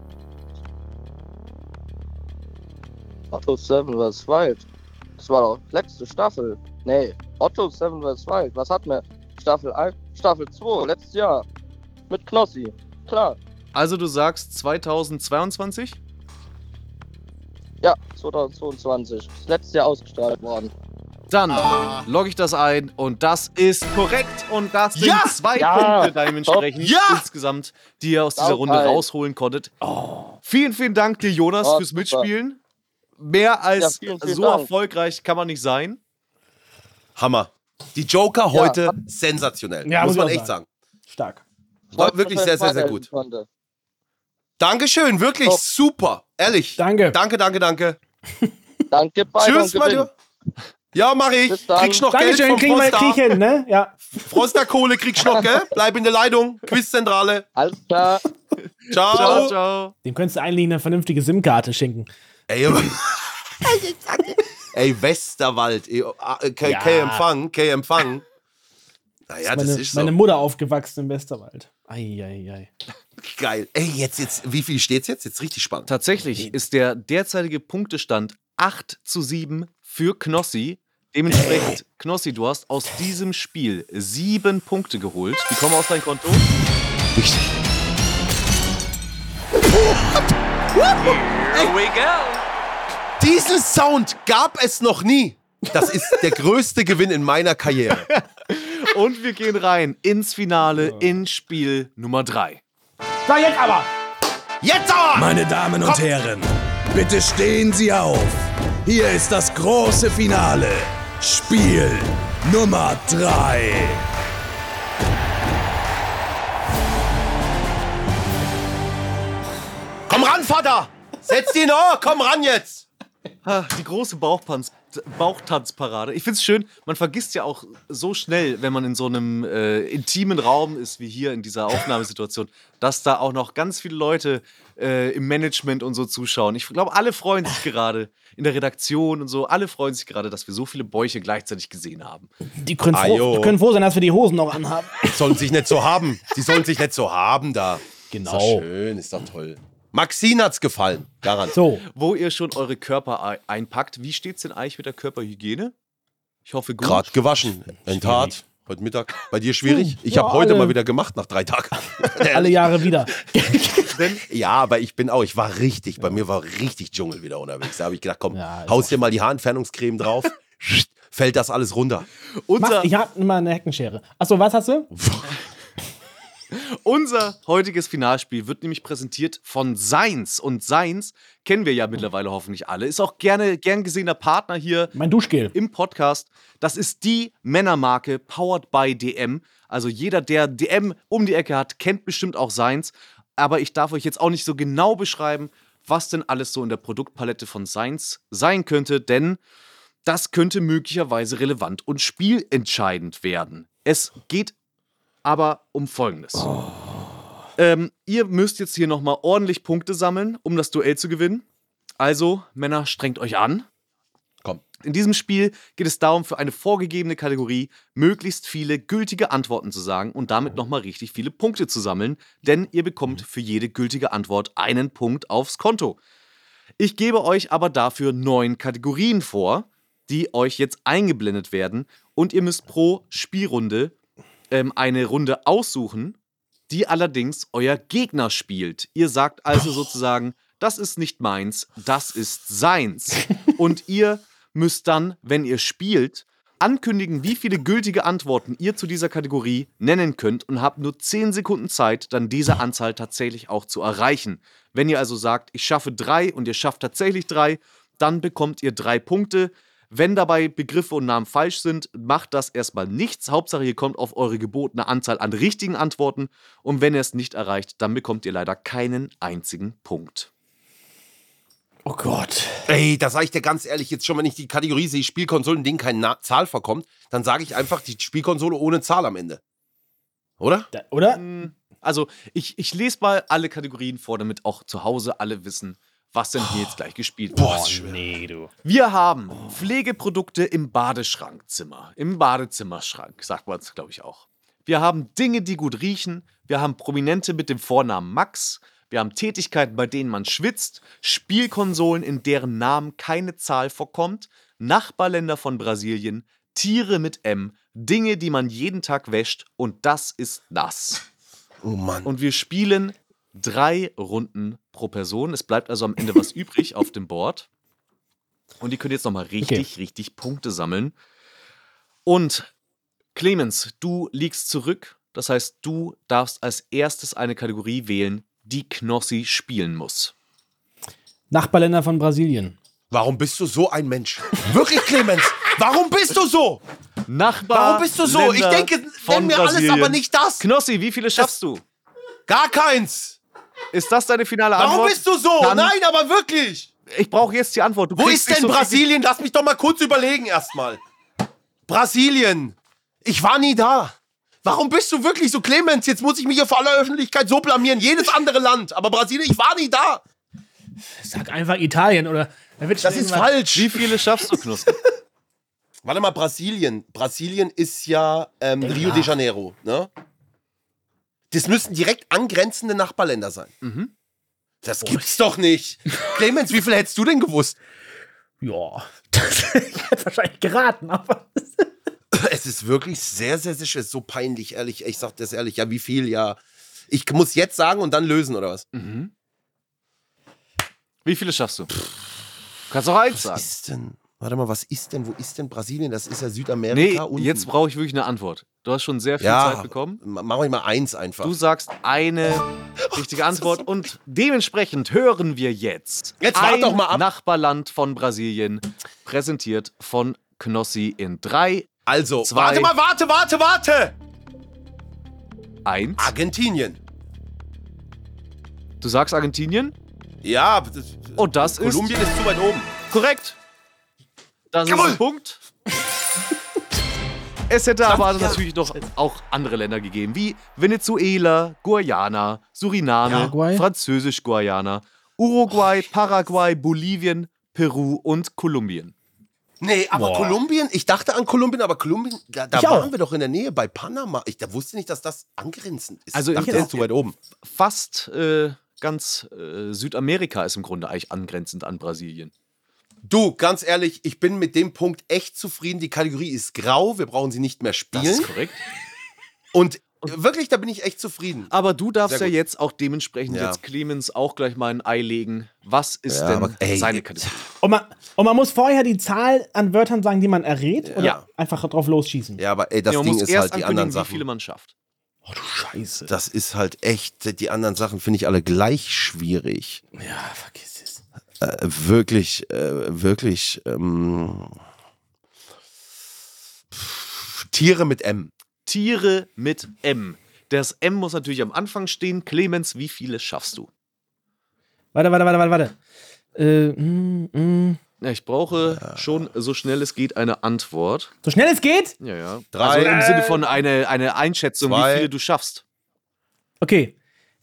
Otto 7 vs. Wild. Das war doch letzte Staffel. Nee, Otto 7 vs. Wild. Was hatten wir? Staffel 1, Staffel 2, letztes Jahr. Mit Knossi. Klar.
Also du sagst 2022?
Ja, 2022. Ist letztes Jahr ausgestrahlt worden.
Dann logge ich das ein und das ist korrekt. Und das sind
Ja!
zwei
Ja!
Punkte dementsprechend
Ja!
insgesamt, die ihr aus dieser
Saugeil.
Runde rausholen konntet. Vielen, vielen Dank dir, Jonas,
Oh,
fürs
super.
Mitspielen. Mehr als
Ja, vielen, vielen
so
Dank.
erfolgreich kann man nicht sein.
Hammer. Die Joker
Ja.
heute sensationell.
Ja,
muss
muss
man
ich auch
echt sagen.
Stark.
War wirklich
Freut
sehr,
mich, dass
sehr,
ich
sehr gut.
weiterhelfen konnte.
Dankeschön, wirklich
Top.
super. Ehrlich.
Danke.
Danke, danke, danke.
Danke, beide.
Tschüss,
und
mein
gewinn.
Lieber. Ja, mach ich.
Bis dann.
Kriegst noch Geld
Dankeschön,
vom
krieg ich mal krieg ich
Froster.
hin, ne? Ja.
Froster Kohle kriegst noch, gell? Bleib in der Leitung. Quizzentrale.
Alles klar.
Ciao.
Ciao, ciao.
Dem könntest du eigentlich eine vernünftige SIM-Karte schenken.
Ey, aber- Ey, Westerwald. Ey, ah, äh, K, K
Ja.
Empfang, K Empfang. Naja, das
meine,
ist so
meine Mutter aufgewachsen im Westerwald. Eieiei.
geil. Ey, jetzt, jetzt, wie viel steht's jetzt? Jetzt richtig spannend.
Tatsächlich ist der derzeitige Punktestand 8 zu 7 für Knossi. Dementsprechend, Knossi, du hast aus diesem Spiel sieben Punkte geholt. Die kommen auf dein Konto.
Diesen Sound gab es noch nie. Das ist der größte Gewinn in meiner Karriere.
Und wir gehen rein ins Finale, in Spiel Nummer 3.
So, jetzt aber!
Jetzt aber!
Meine Damen und Herren, bitte stehen Sie auf. Hier ist das große Finale. Spiel Nummer 3.
Komm ran, Vater! Setz ihn oh, komm ran jetzt!
Ah, die große Bauchpanz Bauchtanzparade. Ich find's schön, man vergisst ja auch so schnell, wenn man in so einem äh, intimen Raum ist, wie hier in dieser Aufnahmesituation, dass da auch noch ganz viele Leute äh, im Management und so zuschauen. Ich glaube, alle freuen sich gerade in der Redaktion und so, alle freuen sich gerade, dass wir so viele Bäuche gleichzeitig gesehen haben.
Die können,
Ah,
froh,
jo.
die können froh sein, dass wir die Hosen noch anhaben.
Sollen sich nicht so haben. Die sollen sich nicht so haben da.
Genau.
Ist doch schön, ist doch toll. Maxine hat's gefallen, garantiert.
So,
Wo ihr schon eure Körper ei- einpackt, wie steht's denn eigentlich mit der Körperhygiene? Ich hoffe gut.
Grad gewaschen. In Tat. Heute Mittag. Bei dir schwierig? Ich habe
Ja,
heute
alle-
mal wieder gemacht nach drei Tagen.
alle Jahre wieder.
Ja, aber ich bin auch, ich war richtig, bei mir war richtig Dschungel wieder unterwegs. Da habe ich gedacht, komm,
Ja, ist
haust dir mal die Haarentfernungscreme drauf, fällt das alles runter.
Unser,
Mach, ich hab immer eine Heckenschere. Achso, was hast du?
Unser heutiges Finalspiel wird nämlich präsentiert von Seins. Und Seins kennen wir ja mittlerweile hoffentlich alle. Ist auch gerne gern gesehener Partner hier
Mein Duschgel.
im Podcast. Das ist die Männermarke powered by DM. Also jeder, der DM um die Ecke hat, kennt bestimmt auch Seins. Aber ich darf euch jetzt auch nicht so genau beschreiben, was denn alles so in der Produktpalette von Seins sein könnte, denn das könnte möglicherweise relevant und spielentscheidend werden. Es geht aber um Folgendes. Ähm, ihr müsst jetzt hier nochmal ordentlich Punkte sammeln, um das Duell zu gewinnen. Also, Männer, strengt euch an.
Komm.
In diesem Spiel geht es darum, für eine vorgegebene Kategorie möglichst viele gültige Antworten zu sagen und damit nochmal richtig viele Punkte zu sammeln, denn ihr bekommt für jede gültige Antwort einen Punkt aufs Konto. Ich gebe euch aber dafür neun Kategorien vor, die euch jetzt eingeblendet werden und ihr müsst pro Spielrunde ähm, eine Runde aussuchen, die allerdings euer Gegner spielt. Ihr sagt also sozusagen, das ist nicht meins, das ist seins. Und ihr müsst dann, wenn ihr spielt, ankündigen, wie viele gültige Antworten ihr zu dieser Kategorie nennen könnt und habt nur 10 Sekunden Zeit, dann diese Anzahl tatsächlich auch zu erreichen. Wenn ihr also sagt, ich schaffe drei und ihr schafft tatsächlich drei, dann bekommt ihr drei Punkte. Wenn dabei Begriffe und Namen falsch sind, macht das erstmal nichts. Hauptsache, ihr kommt auf eure gebotene Anzahl an richtigen Antworten. Und wenn ihr es nicht erreicht, dann bekommt ihr leider keinen einzigen Punkt.
Oh Gott.
Ey, da sage ich dir ganz ehrlich, jetzt schon, wenn ich die Kategorie sehe, Spielkonsolen, denen keine Na Zahl vorkommt, dann sage ich einfach die Spielkonsole ohne Zahl am Ende. Oder?
Da, oder?
Also, ich, ich lese mal alle Kategorien vor, damit auch zu Hause alle wissen, was denn hier jetzt gleich gespielt wird.
Boah, nee, du.
Wir haben Pflegeprodukte im Badeschrankzimmer, im Badezimmerschrank, sagt man es, glaube ich, auch. Wir haben Dinge, die gut riechen. Wir haben Prominente mit dem Vornamen Max. Wir haben Tätigkeiten, bei denen man schwitzt. Spielkonsolen, in deren Namen keine Zahl vorkommt. Nachbarländer von Brasilien. Tiere mit M. Dinge, die man jeden Tag wäscht. Und das ist nass.
Oh Mann.
Und wir spielen drei Runden pro Person. Es bleibt also am Ende was übrig auf dem Board. Und die können jetzt nochmal richtig, richtig Punkte sammeln. Und Clemens, du liegst zurück. Das heißt, du darfst als erstes eine Kategorie wählen, die Knossi spielen muss.
Nachbarländer von Brasilien.
Warum bist du so ein Mensch? Wirklich, Clemens? Warum bist du so?
Nachbar.
Warum bist du so?
Länder
ich denke, nenn
von
mir
Brasilien.
alles, aber nicht das.
Knossi, wie viele schaffst du?
Gar keins.
Ist das deine finale
Warum
Antwort?
bist du so?
Dann-
Nein, aber wirklich.
Ich brauche jetzt die Antwort. Du
Wo
kriegst
ist
nicht
denn
so viel-
Brasilien? Lass mich doch mal kurz überlegen erstmal. Brasilien. Ich war nie da. Warum bist du wirklich so, Clemens? Jetzt muss ich mich hier vor aller Öffentlichkeit so blamieren. Jedes andere Land. Aber Brasilien, ich war nie da.
Sag einfach Italien oder. Da wird schon
Das ist
irgendwas-
falsch.
Wie viele schaffst du, Knossi?
Warte mal, Brasilien. Brasilien ist ja ähm, Rio de Janeiro, ne? Das müssen direkt angrenzende Nachbarländer sein.
Mhm.
Das gibt's doch nicht. Clemens, wie viel hättest du denn gewusst?
Ja. ich hätte wahrscheinlich geraten, aber.
Es ist wirklich sehr, sehr sicher. Es ist so peinlich, ehrlich. Ich sag das ehrlich. Ja, wie viel? Ja. Ich muss jetzt sagen und dann lösen, oder was?
Wie viele schaffst du? Du kannst auch eins sagen.
Ist denn. Warte mal, was ist denn? Wo ist denn Brasilien? Das ist ja
Nee,
Südamerika. unten.
jetzt brauche ich wirklich eine Antwort. Du hast schon sehr viel
ja,
Zeit bekommen.
ma- Mach ich mal eins einfach.
Du sagst eine
Oh,
richtige Antwort und dementsprechend hören wir jetzt.
Jetzt wart
ein
doch mal ab.
Nachbarland von Brasilien, präsentiert von Knossi in 3,
also,
zwei-
warte mal, warte, warte, warte!
1.
Argentinien.
Du sagst Argentinien
Ja, das,
und das ist
Kolumbien ist zu weit oben.
korrekt. Das ist ein Punkt. Es hätte aber natürlich noch auch andere Länder gegeben, wie Venezuela, Guyana, Suriname,
Paraguay?
Französisch-Guayana,
Oh,
Uruguay, Paraguay, Bolivien, Peru und Kolumbien.
Nee, aber Kolumbien, ich dachte an Kolumbien, aber Kolumbien, da, da
Ich auch.
waren wir doch in der Nähe bei Panama. Ich da wusste nicht, dass das angrenzend ist.
Also
ich dachte,
ich-
das ist zu weit oben.
fast äh, ganz äh, Südamerika ist im Grunde eigentlich angrenzend an Brasilien.
Du, ganz ehrlich, ich bin mit dem Punkt echt zufrieden. Die Kategorie ist grau, wir brauchen sie nicht mehr
Das
spielen.
ist korrekt.
Und wirklich, da bin ich echt zufrieden.
Aber du darfst ja
Sehr gut.
jetzt auch dementsprechend
Ja.
jetzt Clemens auch gleich mal ein Ei legen. Was ist
Ja,
denn
aber- ey,
seine
ey,
Kategorie?
Und man, und man muss vorher die Zahl an Wörtern sagen, die man errät, oder
Ja.
einfach drauf losschießen.
Ja, aber ey, das
Ja, man
Ding
muss
ist
erst
halt, die
ankündigen,
anderen
wie viele
Sachen.
man schafft.
Oh du Scheiße.
Das ist halt echt, die anderen Sachen finde ich alle gleich schwierig.
Ja, vergiss es.
Äh, wirklich, äh, wirklich. Ähm, pff, Tiere mit M.
Tiere mit M. Das M muss natürlich am Anfang stehen. Clemens, wie viele schaffst du?
Warte, warte, warte, warte, warte. Äh, mm, mm.
Ja, ich brauche schon so schnell es geht eine Antwort.
So schnell es geht?
Ja, ja.
Drei.
also im Sinne von eine, eine Einschätzung,
Zwei.
wie viele du schaffst.
Okay.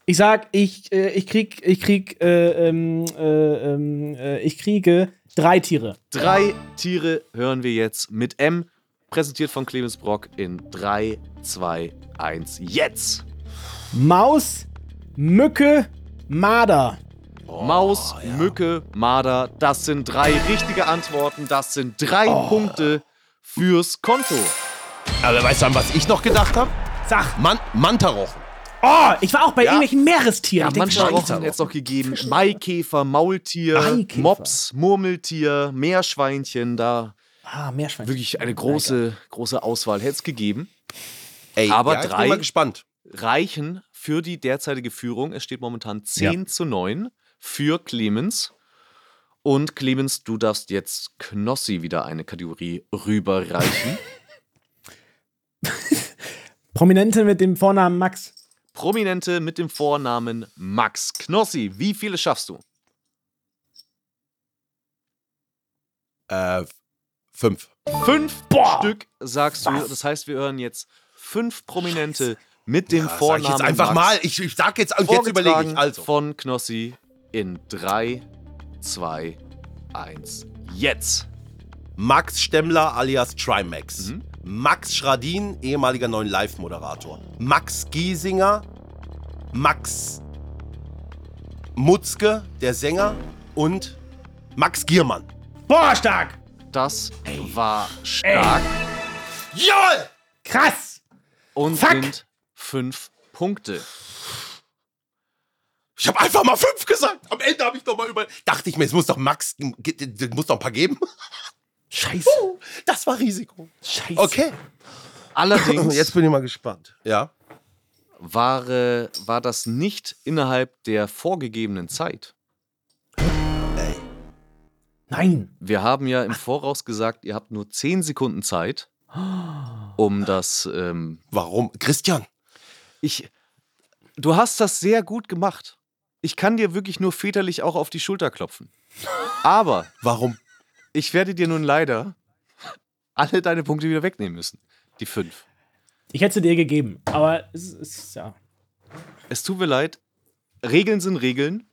Ich sag, ich, äh, ich krieg, ich krieg, äh, ähm, äh, ähm, äh, ich kriege drei Tiere.
Drei Tiere hören wir jetzt mit M, präsentiert von Clemens Brock in 3, 2, 1, jetzt!
Maus, Mücke, Marder.
Maus, Mücke, Marder, das sind drei richtige Antworten, das sind drei
Oh.
Punkte fürs Konto.
Aber weißt du, an was ich noch gedacht habe?
Sag.
Man Mantarochen.
Oh, ich war auch bei irgendwelchen Meerestieren.
Ja, Mantarochen jetzt noch gegeben. Maikäfer, Maultier,
Maikäfer.
Mops, Murmeltier, Meerschweinchen, da
Ah, Meerschweinchen.
wirklich eine große, große Auswahl hätte es gegeben.
Ey,
Aber
ja, ich
drei-
bin mal gespannt.
reichen für die derzeitige Führung. Es steht momentan 10 zu 9 für Clemens. Und Clemens, du darfst jetzt Knossi wieder eine Kategorie rüberreichen.
Prominente mit dem Vornamen Max.
Prominente mit dem Vornamen Max. Knossi, wie viele schaffst du?
Äh, fünf.
Fünf Stück sagst du. Das heißt, wir hören jetzt fünf Prominente mit dem
Das sag
Vornamen
ich jetzt einfach
Max.
mal. Ich, ich sag jetzt, und jetzt überlege
Vorgetragen
ich. Also.
Von Knossi in 3, 2, 1. Jetzt.
Max Stemmler alias Trimax. Max Schradin, ehemaliger neuen Live-Moderator. Max Giesinger. Max Mutzke, der Sänger. Und Max Giermann.
Boah, stark!
Das war stark.
Jawohl!
Krass!
und
Fuck.
sind fünf Punkte.
Ich habe einfach mal fünf gesagt. Am Ende habe ich noch mal über. Dachte ich mir, es muss doch Max, es muss doch ein paar geben.
Scheiße.
Das war Risiko.
Scheiße.
Okay.
Allerdings
Jetzt bin ich mal gespannt. Ja.
war, äh, war das nicht innerhalb der vorgegebenen Zeit.
Nein.
Wir haben ja im Voraus gesagt, ihr habt nur zehn Sekunden Zeit, um das. Ähm,
Warum? Christian.
ich, du hast das sehr gut gemacht. Ich kann dir wirklich nur väterlich auch auf die Schulter klopfen. Aber
Warum?
ich werde dir nun leider alle deine Punkte wieder wegnehmen müssen. Die fünf.
Ich hätte sie dir gegeben, aber es ist ja.
Es tut mir leid. Regeln sind Regeln.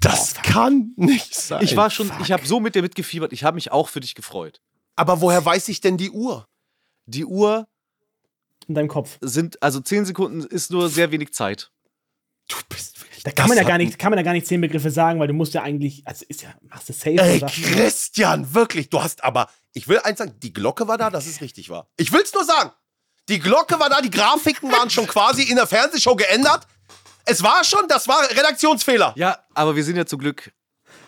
Das kann nicht sein.
Ich war schon, ich habe so mit dir mitgefiebert, ich habe mich auch für dich gefreut.
Aber woher weiß ich denn die Uhr?
Die Uhr
In deinem Kopf.
sind, also 10 Sekunden ist nur sehr wenig Zeit.
Du bist wirklich.
Da kann man,
Das
ja gar
hat-
nicht, kann man ja gar nicht zehn Begriffe sagen, weil du musst ja eigentlich, also ist ja, machst du safe.
Ey,
sagst du-
Christian, wirklich. Du hast aber. Ich will eins sagen, die Glocke war da, dass es richtig war. Ich will's nur sagen. Die Glocke war da, die Grafiken waren schon quasi in der Fernsehshow geändert. Es war schon, das war Redaktionsfehler.
Ja, aber wir sind ja zum Glück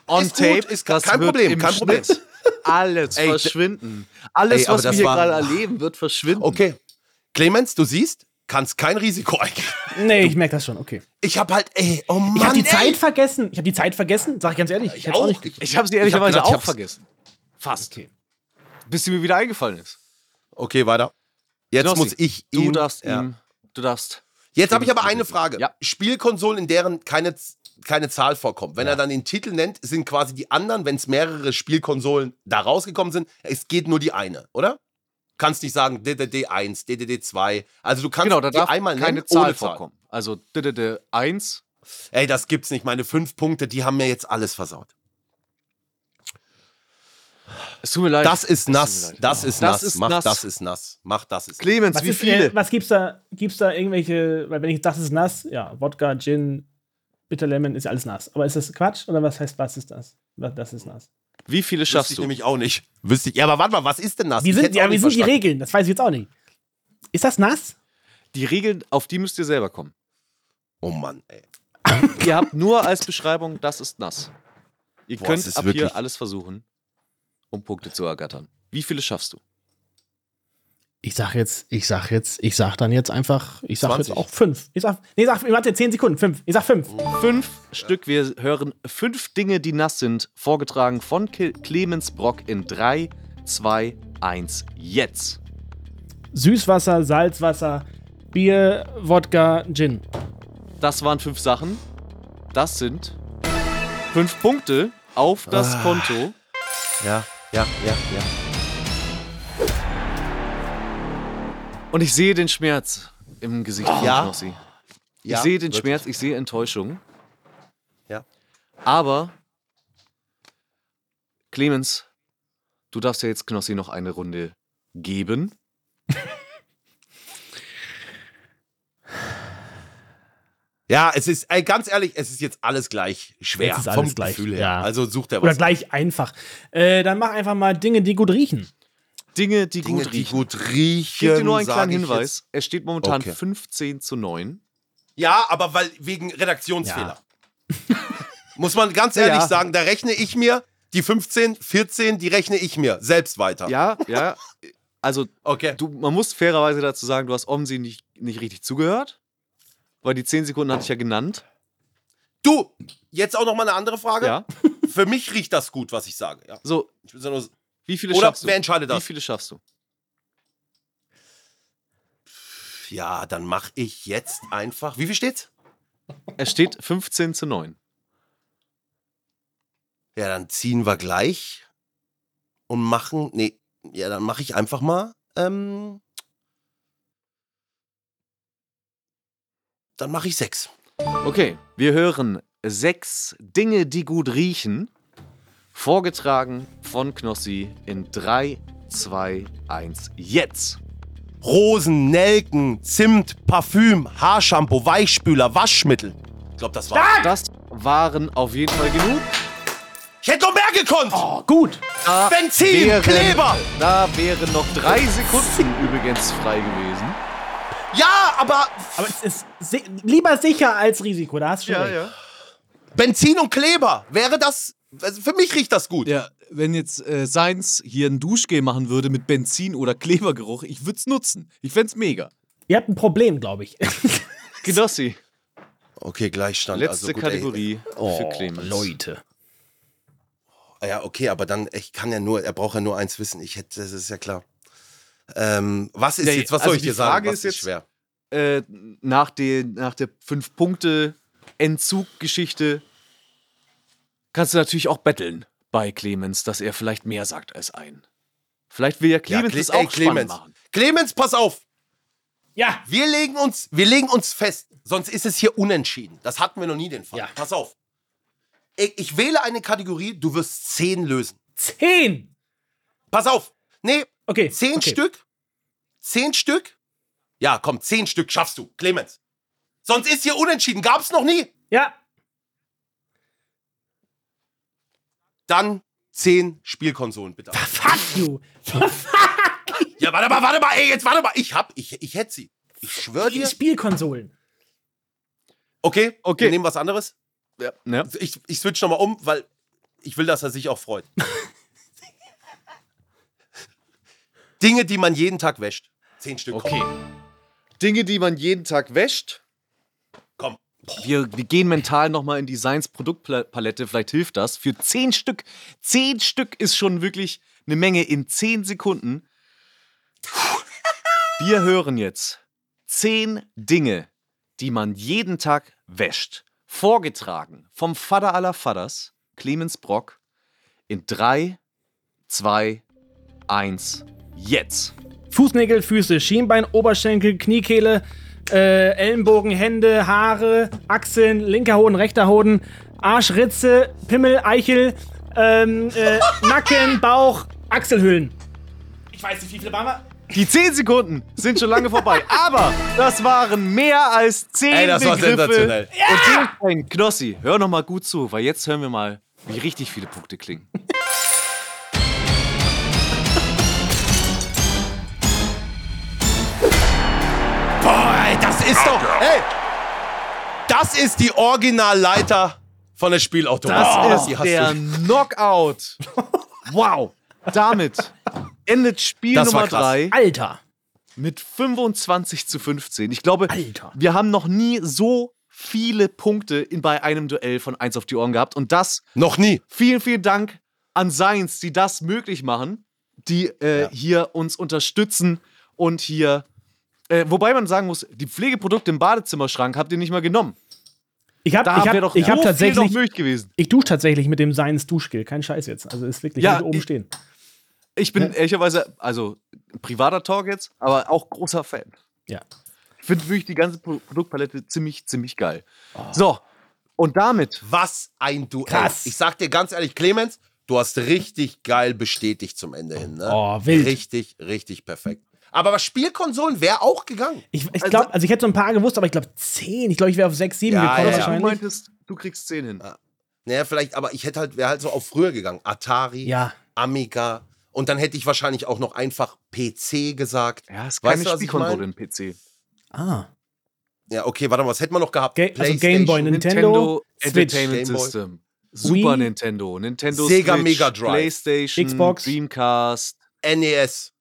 on
Ist gut,
tape.
ist
das
kein
wird
Problem,
im
kein Problem.
Schnitt Alles
Ey, d-
verschwinden. Alles,
Ey, aber
was wir
das
hier
war-
gerade erleben, wird verschwinden.
Okay. Clemens, du siehst, kannst kein Risiko eingehen.
Nee, ich merk das schon, okay.
Ich hab halt, ey, oh Mann.
Ich habe die
ey.
Zeit vergessen. Ich habe die Zeit vergessen, sag ich ganz ehrlich. Ich,
Ich
hab's auch
auch.
nicht.
Ich habe sie
hab
ehrlicherweise
gedacht, ich
auch
hab's-
vergessen. Fast. Bis sie mir wieder eingefallen ist.
Okay, weiter. Jetzt
Knossi,
muss ich
Du
ihn.
darfst
ja.
ihm, du darfst.
Jetzt habe ich aber
Clemens
eine
übergeben.
Frage.
Ja.
Spielkonsolen, in deren keine, keine Zahl vorkommt. Wenn er dann den Titel nennt, sind quasi die anderen, wenn es mehrere Spielkonsolen da rausgekommen sind, es geht nur die eine, oder? Kannst nicht sagen DDD1, DDD2. Also du kannst
Genau, da
die
darf
einmal
keine
nennen,
Zahl
ohne
vorkommen. Also, d -d -d 1,
Ey, das gibt's nicht. Meine fünf Punkte, die haben mir jetzt alles versaut.
es tut mir leid.
Das ist
Äh, tut mir
nass.
leid.
Das ist
Das
nass.
ist
Mach
nass.
das ist nass. Mach das ist nass.
Clemens,
Was,
wie
ist,
viele?
äh, was gibt's da? Gibt's da irgendwelche, weil wenn ich dachte, es ist nass, ja, Wodka, Gin, Bitter Lemon ist ja alles nass. Aber ist das Quatsch oder was heißt, was ist das? Was- Das ist nass.
Wie viele
Wüsste
schaffst
ich
du?
nämlich auch nicht. Wüsste ich. Ja, aber warte mal, was ist denn nass?
Wie
Ich
sind,
hätt's auch
ja, wie
nicht
sind die
verstanden.
Regeln? Das weiß ich jetzt auch nicht. Ist das nass?
Die Regeln, auf die müsst ihr selber kommen.
Oh Mann, ey.
Ihr habt nur als Beschreibung, das ist nass. Ihr
Boah, es
könnt
ist
ab
wirklich-
hier alles versuchen, um Punkte zu ergattern. Wie viele schaffst du?
Ich sag jetzt, ich sag jetzt, ich sag dann jetzt einfach, ich sag
20.
jetzt auch fünf. Ich sag, nee, sag, warte, zehn Sekunden, fünf. Ich sag fünf.
Fünf Stück. Wir hören fünf Dinge, die nass sind, vorgetragen von Ke- Clemens Brock in 3, 2, 1, jetzt.
Süßwasser, Salzwasser, Bier, Wodka, Gin.
Das waren fünf Sachen. Das sind fünf Punkte auf
Ah.
das Konto.
Ja, ja, ja, ja.
Und ich sehe den Schmerz im Gesicht von
Ja.
Knossi. Ich sehe den Schmerz, ich sehe Enttäuschung.
Ja.
Aber, Clemens, du darfst ja jetzt Knossi noch eine Runde geben.
Ja, es ist, ey, ganz ehrlich, es ist jetzt alles gleich schwer.
Jetzt ist
vom
alles gleich,
Gefühl her.
ja.
Also such dir
Oder
was.
gleich einfach. Äh, dann mach einfach mal Dinge, die gut riechen.
Dinge, die
Dinge,
gut
die
riechen.
gut riechen.
Ich gebe dir nur einen
sag
kleinen
ich
Hinweis. Es steht momentan
Okay.
15 zu 9.
Ja, aber weil wegen Redaktionsfehler. Muss man ganz
Ja.
ehrlich sagen, da rechne ich mir die 15, 14, die rechne ich mir selbst weiter.
Ja, ja. Also,
Okay.
du, man muss fairerweise dazu sagen, du hast Omsi nicht, nicht richtig zugehört. Weil die 10 Sekunden hatte ich ja genannt.
Du, jetzt auch noch mal eine andere Frage.
Ja.
Für mich riecht das gut, was ich sage. Ja.
So,
Ich will so nur,
wie viele
Oder
schaffst du?
wer entscheidet
Wie
das?
viele schaffst du?
ja, dann mache ich jetzt einfach. Wie viel steht's?
Es steht 15 zu 9.
Ja, dann ziehen wir gleich und machen. Nee, ja, dann mache ich einfach mal. Ähm, dann mache ich sechs.
Okay, wir hören sechs Dinge, die gut riechen. Vorgetragen von Knossi in 3, 2, 1, jetzt.
Rosen, Nelken, Zimt, Parfüm, Haarshampoo, Weichspüler, Waschmittel. Ich glaube, das war's.
Das waren auf jeden Fall genug.
Ich hätte noch mehr gekonnt! Ah,
Oh, gut.
Da
Benzin,
wären-
Kleber!
Da wären noch drei Sekunden übrigens frei gewesen.
Ja, aber
Aber es ist si lieber sicher als Risiko, da hast du schon recht.
Benzin und Kleber, wäre das. Also für mich riecht das gut.
Ja, wenn jetzt äh, Seins hier ein Duschgel machen würde mit Benzin oder Klebergeruch, ich würde es nutzen. Ich fände es mega.
Ihr habt ein Problem, glaube ich.
Knossi,
Okay, Gleichstand.
letzte
also gut, ey.
Kategorie
Oh,
für Clemens.
Leute.
Ah Ja, okay, aber dann, ich kann ja nur, er braucht ja nur eins wissen. Ich hätte, das ist ja klar. Ähm, was ist
Nee,
jetzt, was
also
soll ich
die
dir
Frage
sagen? Was
ist
ist
jetzt-
schwer?
Äh, nach, den, nach der 5-Punkte-Entzug-Geschichte kannst du natürlich auch betteln bei Clemens, dass er vielleicht mehr sagt als ein. Vielleicht will ja Clemens
Cle-
das
ey,
auch spannend
Clemens.
machen.
Clemens, pass auf!
ja,
Wir legen uns, wir legen uns fest, sonst ist es hier unentschieden. Das hatten wir noch nie den Fall.
Ja.
Pass auf. Ich, ich wähle eine Kategorie, du wirst zehn lösen.
zehn.
Pass auf. Nee,
Okay.
zehn
okay.
Stück. Zehn Stück. Ja, komm, zehn Stück schaffst du, Clemens. Sonst ist hier unentschieden. Gab's noch nie.
Ja,
Dann zehn Spielkonsolen, bitte.
fuck you.
Ja, warte mal, warte mal, ey, jetzt warte mal. Ich hab, ich, ich hätte sie. Ich schwör dir.
Spielkonsolen.
Okay,
Okay.
Wir nehmen was anderes.
Ja, ja.
Ich, ich switch nochmal um, weil ich will, dass er sich auch freut. Dinge, die man jeden Tag wäscht. Zehn Stück. komm.
Okay. Dinge, die man jeden Tag wäscht.
Komm.
Wir, wir gehen mental nochmal in die Seins Produktpalette, vielleicht hilft das. Für zehn Stück. Zehn Stück ist schon wirklich eine Menge in zehn Sekunden. Wir hören jetzt zehn Dinge, die man jeden Tag wäscht. Vorgetragen vom Vater aller Vaters, Clemens Brock, in drei, zwei, eins, jetzt.
Fußnägel, Füße, Schienbein, Oberschenkel, Kniekehle, äh, Ellenbogen, Hände, Haare, Achseln, linker Hoden, rechter Hoden, Arsch, Ritze, Pimmel, Eichel, ähm, äh, Nacken, Bauch, Achselhöhlen. Ich weiß nicht, wie viele waren wir?
Die 10 Sekunden sind schon lange vorbei, aber das waren mehr als 10
Ey, das war
Begriffe.
sensationell.
Und den Knossi, hör noch mal gut zu, weil jetzt hören wir mal, wie richtig viele Punkte klingen.
Oh, Boah, ey, das ist doch. Ey, das ist die Originalleiter von der Spielautomatik.
Das
Oh, die
ist
hast
der
du.
Knockout. Wow. Damit endet Spiel
Das war
Nummer
krass.
3
Alter.
mit 25 zu 15. Ich glaube,
Alter.
wir haben noch nie so viele Punkte in, bei einem Duell von 1 auf die Ohren gehabt und das
Noch nie.
Vielen, vielen Dank an Science, die das möglich machen, die äh, hier uns unterstützen und hier. Äh, wobei man sagen muss, die Pflegeprodukte im Badezimmerschrank habt ihr nicht mal genommen.
Ich hab,
Da
ich hab,
wäre doch
ich
so
hab
viel noch
tatsächlich,
möglich gewesen.
ich dusche tatsächlich mit dem Seins Duschgel, kein Scheiß jetzt. Also ist wirklich
Ja,
hab ich oben
ich-
stehen.
Ich bin ehrlicherweise, also privater Talk jetzt, aber auch großer Fan.
Ja.
finde wirklich die ganze Pro Produktpalette ziemlich, ziemlich geil.
Oh.
So, und damit.
Was ein Duell.
Krass.
Ich sag dir ganz ehrlich, Clemens, du hast richtig geil bestätigt zum Ende hin. Ne?
Oh, wild.
Richtig, richtig perfekt. Aber was Spielkonsolen wäre auch gegangen.
Ich, ich glaube, also, ich hätte so ein paar gewusst, aber ich glaube 10. Ich glaube, ich wäre auf 6, 7
Ja,
gekommen
ja, ja.
Du
wahrscheinlich.
meintest, du kriegst 10 hin.
Naja, vielleicht, aber ich hätte halt, wäre halt so auf früher gegangen. Atari,
Ja.
Amiga. Und dann hätte ich wahrscheinlich auch noch einfach PC gesagt.
Ja, ist
Weißt
keine
du, was ich
Spielkonsole im PC.
Ah.
Ja, okay, warte mal, was hätte man noch gehabt?
Ga also Game Boy, Nintendo, Switch.
Entertainment
Game Boy.
System. Super
Wii.
Nintendo, Nintendo
Sega
Switch,
Mega Drive.
PlayStation,
Xbox.
Dreamcast.
NES.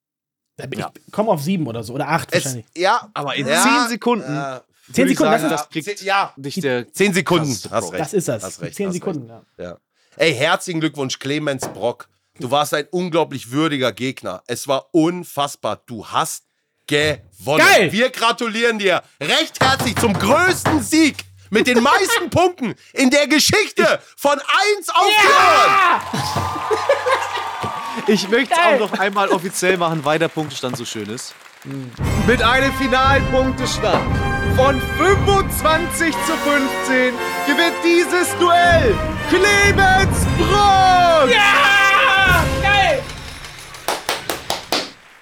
Da bin Ich komme auf 7 oder so. Oder 8
E Es,
wahrscheinlich.
ja,
Aber in
ja,
10 Sekunden.
äh,
10 Sekunden, das ist,
das kriegt
ja,
dich der.
10 Sekunden.
Krass,
hast recht.
das ist das.
Hast recht,
10
hast
Sekunden, ja.
Ja. Ey, herzlichen Glückwunsch, Clemens Brock. Du warst ein unglaublich würdiger Gegner. Es war unfassbar. Du hast gewonnen.
Geil!
Wir gratulieren dir recht herzlich zum größten Sieg mit den meisten Punkten in der Geschichte von 1 auf 4.
Ich möchte es auch noch einmal offiziell machen, weil der Punktestand so schön ist. Hm. Mit einem finalen Punktestand von 25 zu 15 gewinnt dieses Duell Clemens Brock!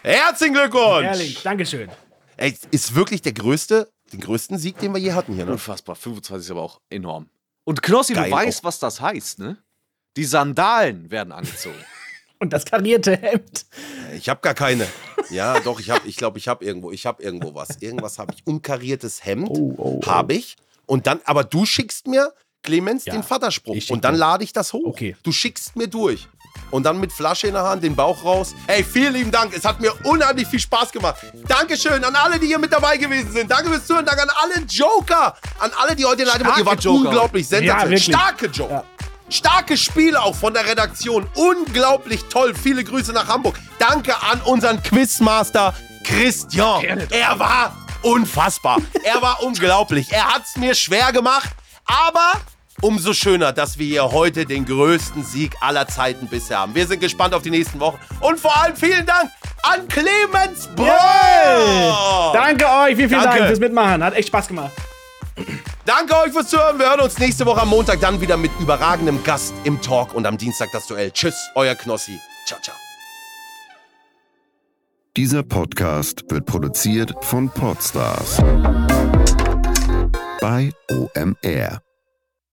Herzlichen Glückwunsch.
Ehrlich, Dankeschön.
Ey, es ist wirklich der größte, den größten Sieg, den wir je hatten hier. Ne?
Unfassbar, 25 ist aber auch enorm. Und Knossi,
Geil
du weißt, was das heißt, ne? Die Sandalen werden angezogen.
Und das karierte Hemd.
Ich habe gar keine. Ja, doch, ich habe, ich glaube, ich habe irgendwo, ich habe irgendwo was. Irgendwas habe ich. Unkariertes Hemd
Oh,
habe ich. Und dann, aber du schickst mir, Clemens, den Vaterspruch.
ich schick
Und dann
dir.
lade ich das hoch.
Okay.
Du schickst mir durch. Und dann mit Flasche in der Hand, den Bauch raus. Ey, vielen lieben Dank. Es hat mir unheimlich viel Spaß gemacht. Dankeschön an alle, die hier mit dabei gewesen sind. Danke fürs Zuhören. Danke an alle Joker. An alle, die heute in der Leitung waren. Ihr
Starke
wart
Joker.
unglaublich sensationell.
wirklich.
Starke Joker. Starke Spiele auch von der Redaktion. Unglaublich toll. Viele Grüße nach Hamburg. Danke an unseren Quizmaster Christian. Er war unfassbar. Er war unglaublich. Er hat es mir schwer gemacht, aber umso schöner, dass wir hier heute den größten Sieg aller Zeiten bisher haben. Wir sind gespannt auf die nächsten Wochen. Und vor allem vielen Dank an Clemens Bröll.
Danke euch, vielen, vielen
Danke.
Dank fürs Mitmachen. Hat echt Spaß gemacht.
Danke euch fürs Zuhören. Wir hören uns nächste Woche am Montag dann wieder mit überragendem Gast im Talk und am Dienstag das Duell. Tschüss, euer Knossi. Ciao, ciao.
Dieser Podcast wird produziert von Podstars bei OMR.